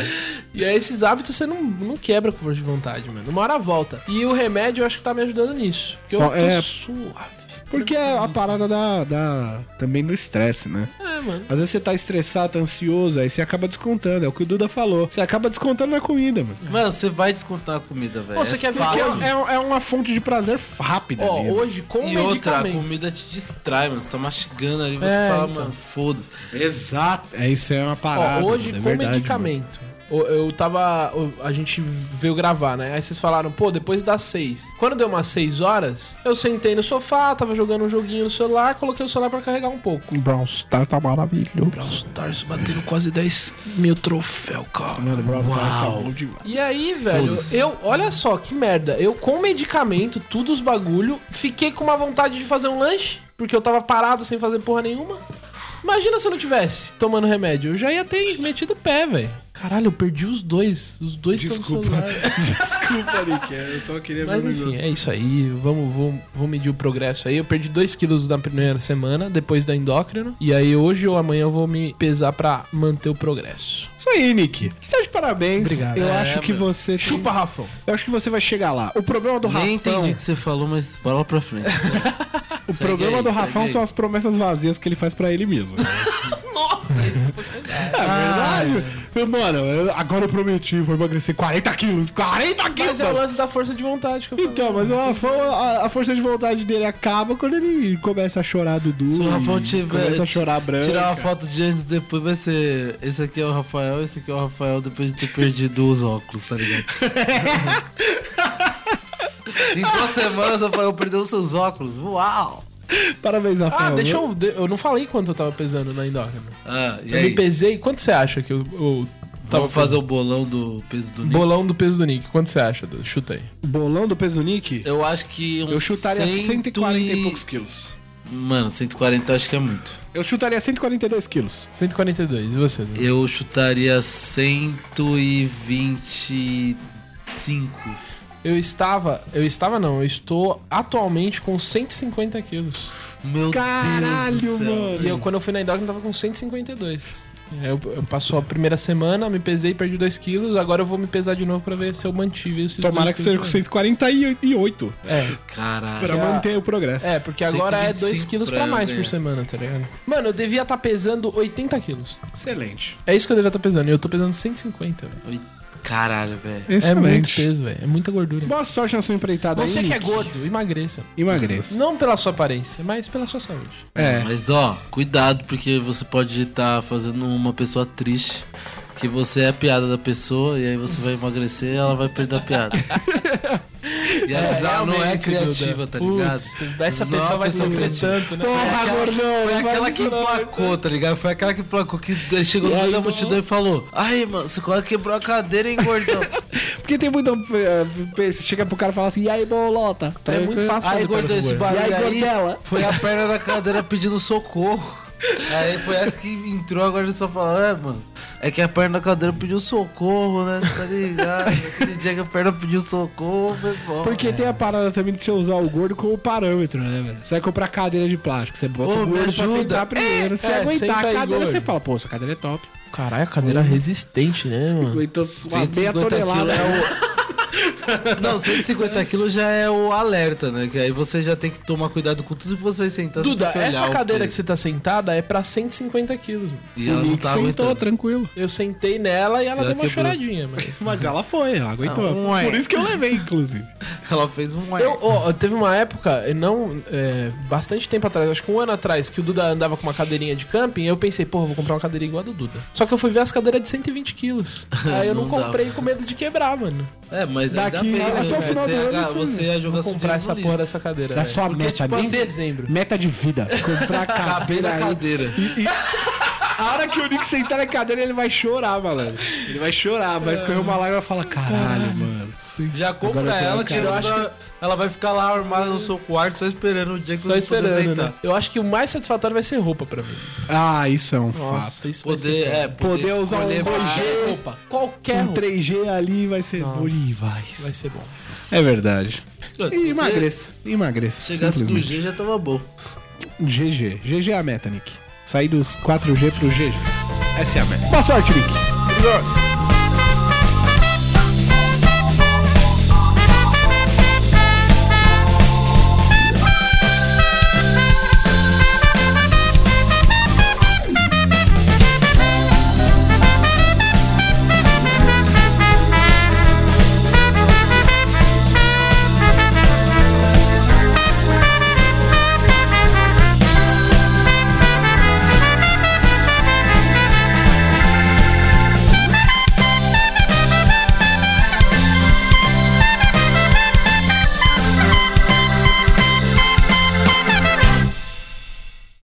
[SPEAKER 3] E aí esses hábitos você não, não quebra com força de vontade, mano. Uma hora volta. E o remédio eu acho que tá me ajudando nisso. Porque eu
[SPEAKER 1] Bom,
[SPEAKER 3] tô
[SPEAKER 1] é-
[SPEAKER 3] suave.
[SPEAKER 1] Porque é a parada da, da- também do estresse, né?
[SPEAKER 3] É, mano.
[SPEAKER 1] Às vezes você tá estressado, tá ansioso, aí você acaba descontando. É o que o Duda falou. Você acaba descontando na comida, mano.
[SPEAKER 2] Mano, você vai descontar a comida, velho.
[SPEAKER 3] Pô, você
[SPEAKER 2] É
[SPEAKER 3] quer ver
[SPEAKER 2] fácil.
[SPEAKER 1] Porque
[SPEAKER 3] hoje?
[SPEAKER 1] é, é uma fonte de prazer rápida.
[SPEAKER 3] Ó,
[SPEAKER 1] É mesmo.
[SPEAKER 3] hoje com
[SPEAKER 2] E outra, a
[SPEAKER 3] medicamento.
[SPEAKER 2] comida te distrai, mano. Você tá mastigando ali, você
[SPEAKER 3] É,
[SPEAKER 2] fala,
[SPEAKER 3] então.
[SPEAKER 2] mano, foda-se.
[SPEAKER 1] Exato. É, isso é uma
[SPEAKER 3] Ó,
[SPEAKER 1] parada.
[SPEAKER 3] hoje
[SPEAKER 1] mano, é
[SPEAKER 3] com
[SPEAKER 1] verdade,
[SPEAKER 3] medicamento. Eu, eu tava. eu- A gente veio gravar, né? Aí vocês falaram, pô, depois das seis. Quando deu umas seis horas, eu sentei no sofá, tava jogando um joguinho no celular, coloquei o celular pra carregar um pouco.
[SPEAKER 1] mano. Brown Star tá maravilhoso.
[SPEAKER 3] Brawl Stars batendo quase 10 mil troféu, cara.
[SPEAKER 1] Mano, Brown Star tá bom demais.
[SPEAKER 3] E aí, velho, eu, olha só que merda. Eu com medicamento, tudo os bagulho, fiquei com uma vontade de fazer um lanche, porque eu tava parado sem fazer porra nenhuma. Imagina se eu não tivesse tomando remédio, eu já ia ter metido o pé, velho. Caralho, eu perdi os dois, os dois tão no
[SPEAKER 1] Desculpa.
[SPEAKER 3] celular.
[SPEAKER 1] Desculpa, Nick. Eu só queria
[SPEAKER 3] Mas
[SPEAKER 1] ver o negócio.
[SPEAKER 3] enfim, é isso aí. Vamos, vamos, vamos medir o progresso aí. Eu perdi 2 quilos na primeira semana, depois da endócrina. E aí hoje ou amanhã eu vou me pesar pra manter o progresso.
[SPEAKER 1] Isso aí, Nick. Você tá de parabéns.
[SPEAKER 3] Obrigado.
[SPEAKER 1] Eu
[SPEAKER 2] É,
[SPEAKER 1] acho que
[SPEAKER 2] meu.
[SPEAKER 1] você. tem-
[SPEAKER 3] Chupa, Rafão.
[SPEAKER 1] Eu acho que você vai chegar lá. O problema do
[SPEAKER 2] Nem
[SPEAKER 1] Rafão.
[SPEAKER 2] entendi o que você falou, mas bola pra frente.
[SPEAKER 1] O problema do Rafão são as promessas vazias que ele faz pra ele mesmo. né?
[SPEAKER 3] Nossa, isso foi
[SPEAKER 1] É verdade. Mano, eu- agora eu prometi, vou emagrecer 40 quilos. 40 quilos!
[SPEAKER 3] Mas é o
[SPEAKER 1] mano.
[SPEAKER 3] lance da força de vontade que eu
[SPEAKER 1] Então, mas o Rafão, a, a força de vontade dele acaba quando ele começa a chorar Dudu.
[SPEAKER 2] Se o Rafão
[SPEAKER 1] e
[SPEAKER 2] tiver.
[SPEAKER 1] Começa a chorar branco.
[SPEAKER 2] Tirar uma foto de antes depois vai ser. Esse aqui é o Rafael, esse aqui é o Rafael depois de ter perdido os óculos, tá ligado? em duas semanas o Rafael perdeu os seus óculos. Uau!
[SPEAKER 1] Parabéns, Rafael.
[SPEAKER 3] Ah, deixa eu. de- Eu não falei quanto eu tava pesando na endócrina.
[SPEAKER 2] Ah, e
[SPEAKER 3] Eu me
[SPEAKER 2] aí?
[SPEAKER 3] pesei. Quanto você acha que eu. eu tava
[SPEAKER 1] tá
[SPEAKER 2] Vamos fazer o bolão do peso do Nick.
[SPEAKER 3] Bolão do peso do Nick. Quanto você acha? Du? Chuta aí.
[SPEAKER 1] Bolão do peso Nick?
[SPEAKER 2] Eu acho que. uns
[SPEAKER 1] Eu chutaria
[SPEAKER 2] cento
[SPEAKER 1] 140 e poucos quilos.
[SPEAKER 2] Mano, 140 eu acho que é muito.
[SPEAKER 1] Eu chutaria 142 quilos.
[SPEAKER 3] 142. E você? Du?
[SPEAKER 2] Eu chutaria 125.
[SPEAKER 3] Eu estava. Eu estava não. Eu estou atualmente com 150 quilos.
[SPEAKER 2] Meu
[SPEAKER 1] Caralho,
[SPEAKER 2] Deus do céu.
[SPEAKER 1] mano.
[SPEAKER 3] E eu, quando eu fui na endócrina, tava com 152. Aí É, Eu, eu passou a primeira semana, me pesei, perdi 2 quilos. Agora eu vou me pesar de novo pra ver se eu mantive esses
[SPEAKER 1] Tomara
[SPEAKER 3] dois
[SPEAKER 1] que seja com
[SPEAKER 3] quilos. né?
[SPEAKER 1] 148
[SPEAKER 3] É,
[SPEAKER 2] Caralho.
[SPEAKER 1] pra
[SPEAKER 3] Já-
[SPEAKER 1] manter o progresso.
[SPEAKER 3] É, porque agora é 2
[SPEAKER 2] 125
[SPEAKER 3] quilos pra,
[SPEAKER 2] pra
[SPEAKER 3] mais
[SPEAKER 2] eu
[SPEAKER 3] por
[SPEAKER 2] ganhar.
[SPEAKER 3] semana, tá ligado? Mano, eu devia estar pesando 80 quilos.
[SPEAKER 1] Excelente.
[SPEAKER 3] É isso que eu devia estar pesando. E eu tô pesando 150, velho.
[SPEAKER 2] Oi, Caralho, velho.
[SPEAKER 3] É muito
[SPEAKER 1] Excelente.
[SPEAKER 3] peso, velho. É muita gordura.
[SPEAKER 1] Boa sorte na sua empreitada aí.
[SPEAKER 3] Você que é
[SPEAKER 1] Nick.
[SPEAKER 3] gordo, emagreça.
[SPEAKER 1] Emagreça.
[SPEAKER 3] Não pela sua aparência, mas pela sua saúde.
[SPEAKER 1] É.
[SPEAKER 2] Mas ó, cuidado, porque você pode estar fazendo uma pessoa triste. Que você é a piada da pessoa, e aí você vai emagrecer e ela vai perder a piada. E a bizarra não é
[SPEAKER 3] realmente,
[SPEAKER 2] criativa,
[SPEAKER 3] Duda.
[SPEAKER 2] tá ligado?
[SPEAKER 3] Putz, essa
[SPEAKER 2] Não é
[SPEAKER 3] pessoa
[SPEAKER 2] uma
[SPEAKER 3] vai
[SPEAKER 2] pessoa
[SPEAKER 3] sofrer
[SPEAKER 2] criativa.
[SPEAKER 3] tanto, né?
[SPEAKER 1] Porra,
[SPEAKER 2] aquela-
[SPEAKER 3] é
[SPEAKER 1] gordão,
[SPEAKER 2] Foi aquela que
[SPEAKER 1] emagreceu.
[SPEAKER 2] emplacou, tá ligado? Foi aquela que emplacou, que ele chegou no meio da multidão e falou: Ai, mano, você quase quebrou a cadeira, hein, gordão?
[SPEAKER 1] Porque tem muita. eh, Você chega pro cara e fala assim, e aí, bolota?
[SPEAKER 3] É muito fácil
[SPEAKER 2] Aí,
[SPEAKER 3] fazer perna
[SPEAKER 2] gordão,
[SPEAKER 3] com
[SPEAKER 2] esse
[SPEAKER 3] gordo.
[SPEAKER 2] barulho
[SPEAKER 1] E aí,
[SPEAKER 2] aí,
[SPEAKER 1] gordela?
[SPEAKER 2] foi a perna da cadeira pedindo socorro. Aí foi essa que entrou, agora ele só fala, é, mano, é que a perna da cadeira pediu socorro, né? Tá ligado? Aquele dia que a perna pediu socorro, foi bom. né?"
[SPEAKER 1] Porque
[SPEAKER 3] É.
[SPEAKER 1] tem a parada também de você usar o gordo como parâmetro, né, velho? Você vai comprar cadeira de plástico, você bota
[SPEAKER 2] Ô,
[SPEAKER 1] o
[SPEAKER 2] me
[SPEAKER 1] gordo pra
[SPEAKER 2] ajuda.
[SPEAKER 1] sentar primeiro. se
[SPEAKER 3] é,
[SPEAKER 1] aguentar
[SPEAKER 3] senta
[SPEAKER 1] a
[SPEAKER 3] aí,
[SPEAKER 1] cadeira,
[SPEAKER 3] gordo.
[SPEAKER 1] você fala, pô, essa cadeira é top.
[SPEAKER 3] Caralho, a cadeira resistente, né, mano?
[SPEAKER 1] Então, uma meia
[SPEAKER 2] 150 quilos
[SPEAKER 1] tonelada.
[SPEAKER 2] é Não, 150 quilos já é o alerta, né? Que aí você já tem que tomar cuidado com tudo que você vai sentar. você
[SPEAKER 3] Duda,
[SPEAKER 2] tem que olhar
[SPEAKER 3] essa
[SPEAKER 2] o
[SPEAKER 3] cadeira que
[SPEAKER 2] peso.
[SPEAKER 3] você tá sentada é pra 150 quilos. mano.
[SPEAKER 2] E
[SPEAKER 1] O
[SPEAKER 2] ela não
[SPEAKER 1] Nick
[SPEAKER 2] tá
[SPEAKER 1] sentou,
[SPEAKER 2] aguentando.
[SPEAKER 1] tranquilo.
[SPEAKER 3] Eu sentei nela e ela,
[SPEAKER 2] Ela
[SPEAKER 3] deu uma
[SPEAKER 2] quebrou.
[SPEAKER 3] choradinha, mas.
[SPEAKER 1] Mas ela foi, ela aguentou.
[SPEAKER 3] Não, um ué. É.
[SPEAKER 1] Por isso que eu levei, inclusive.
[SPEAKER 2] Ela fez um ué.
[SPEAKER 3] Eu, ó, teve uma época, eu não, é, bastante tempo atrás, acho que um ano atrás, que o Duda andava com uma cadeirinha de camping, eu pensei, porra, vou comprar uma cadeira igual a do Duda. Só que eu fui ver as cadeiras de 120 quilos. Aí eu não,
[SPEAKER 2] Não dá,
[SPEAKER 3] comprei
[SPEAKER 2] mano.
[SPEAKER 3] com medo de quebrar, mano.
[SPEAKER 2] É, mas
[SPEAKER 1] Daqui
[SPEAKER 2] ainda bem,
[SPEAKER 1] até
[SPEAKER 2] né?
[SPEAKER 1] o final
[SPEAKER 2] Você,
[SPEAKER 1] do ano,
[SPEAKER 2] ia-
[SPEAKER 1] isso-
[SPEAKER 2] você é ia jogar
[SPEAKER 3] Vou
[SPEAKER 2] seu dinheiro
[SPEAKER 3] comprar essa
[SPEAKER 2] no
[SPEAKER 3] porra
[SPEAKER 2] lixo.
[SPEAKER 3] dessa cadeira.
[SPEAKER 1] Da
[SPEAKER 3] velho.
[SPEAKER 1] sua
[SPEAKER 3] Porque,
[SPEAKER 1] meta,
[SPEAKER 3] tipo,
[SPEAKER 1] nem-
[SPEAKER 3] em dezembro.
[SPEAKER 1] Meta de vida. Comprar
[SPEAKER 2] Caber
[SPEAKER 1] cadeira.
[SPEAKER 2] na cadeira.
[SPEAKER 1] A hora que o Nick sentar na cadeira, ele vai chorar, malandro. Ele vai chorar, vai escorrer uma lágrima e falar, caralho, mano.
[SPEAKER 2] Já compra
[SPEAKER 1] Agora eu tô
[SPEAKER 2] ela,
[SPEAKER 1] na
[SPEAKER 2] tira
[SPEAKER 1] cara.
[SPEAKER 2] ela, ela vai ficar lá armada no seu quarto, só esperando o dia que
[SPEAKER 3] Só
[SPEAKER 2] você puder
[SPEAKER 3] esperando,
[SPEAKER 2] sentar.
[SPEAKER 3] né? Eu acho que o mais satisfatório vai ser roupa pra mim.
[SPEAKER 1] Ah, isso é um fato.
[SPEAKER 3] Nossa, isso vai ser
[SPEAKER 2] Poder, é, poder,
[SPEAKER 1] Poder usar um
[SPEAKER 2] escolher
[SPEAKER 1] dois
[SPEAKER 2] mais.
[SPEAKER 3] Qualquer roupa. Qualquer
[SPEAKER 1] Um
[SPEAKER 3] roupa
[SPEAKER 1] 3G ali vai ser dor e vai.
[SPEAKER 3] vai ser bom.
[SPEAKER 1] É verdade.
[SPEAKER 2] Mano,
[SPEAKER 1] E
[SPEAKER 2] se você
[SPEAKER 1] emagreça. Emagreça.
[SPEAKER 2] Chegasse no
[SPEAKER 1] simplesmente.
[SPEAKER 2] G já tava bom.
[SPEAKER 1] GG. GG é a meta, Nick. Sair dos 4G pro GG. Essa é a meta. Boa sorte, Nick.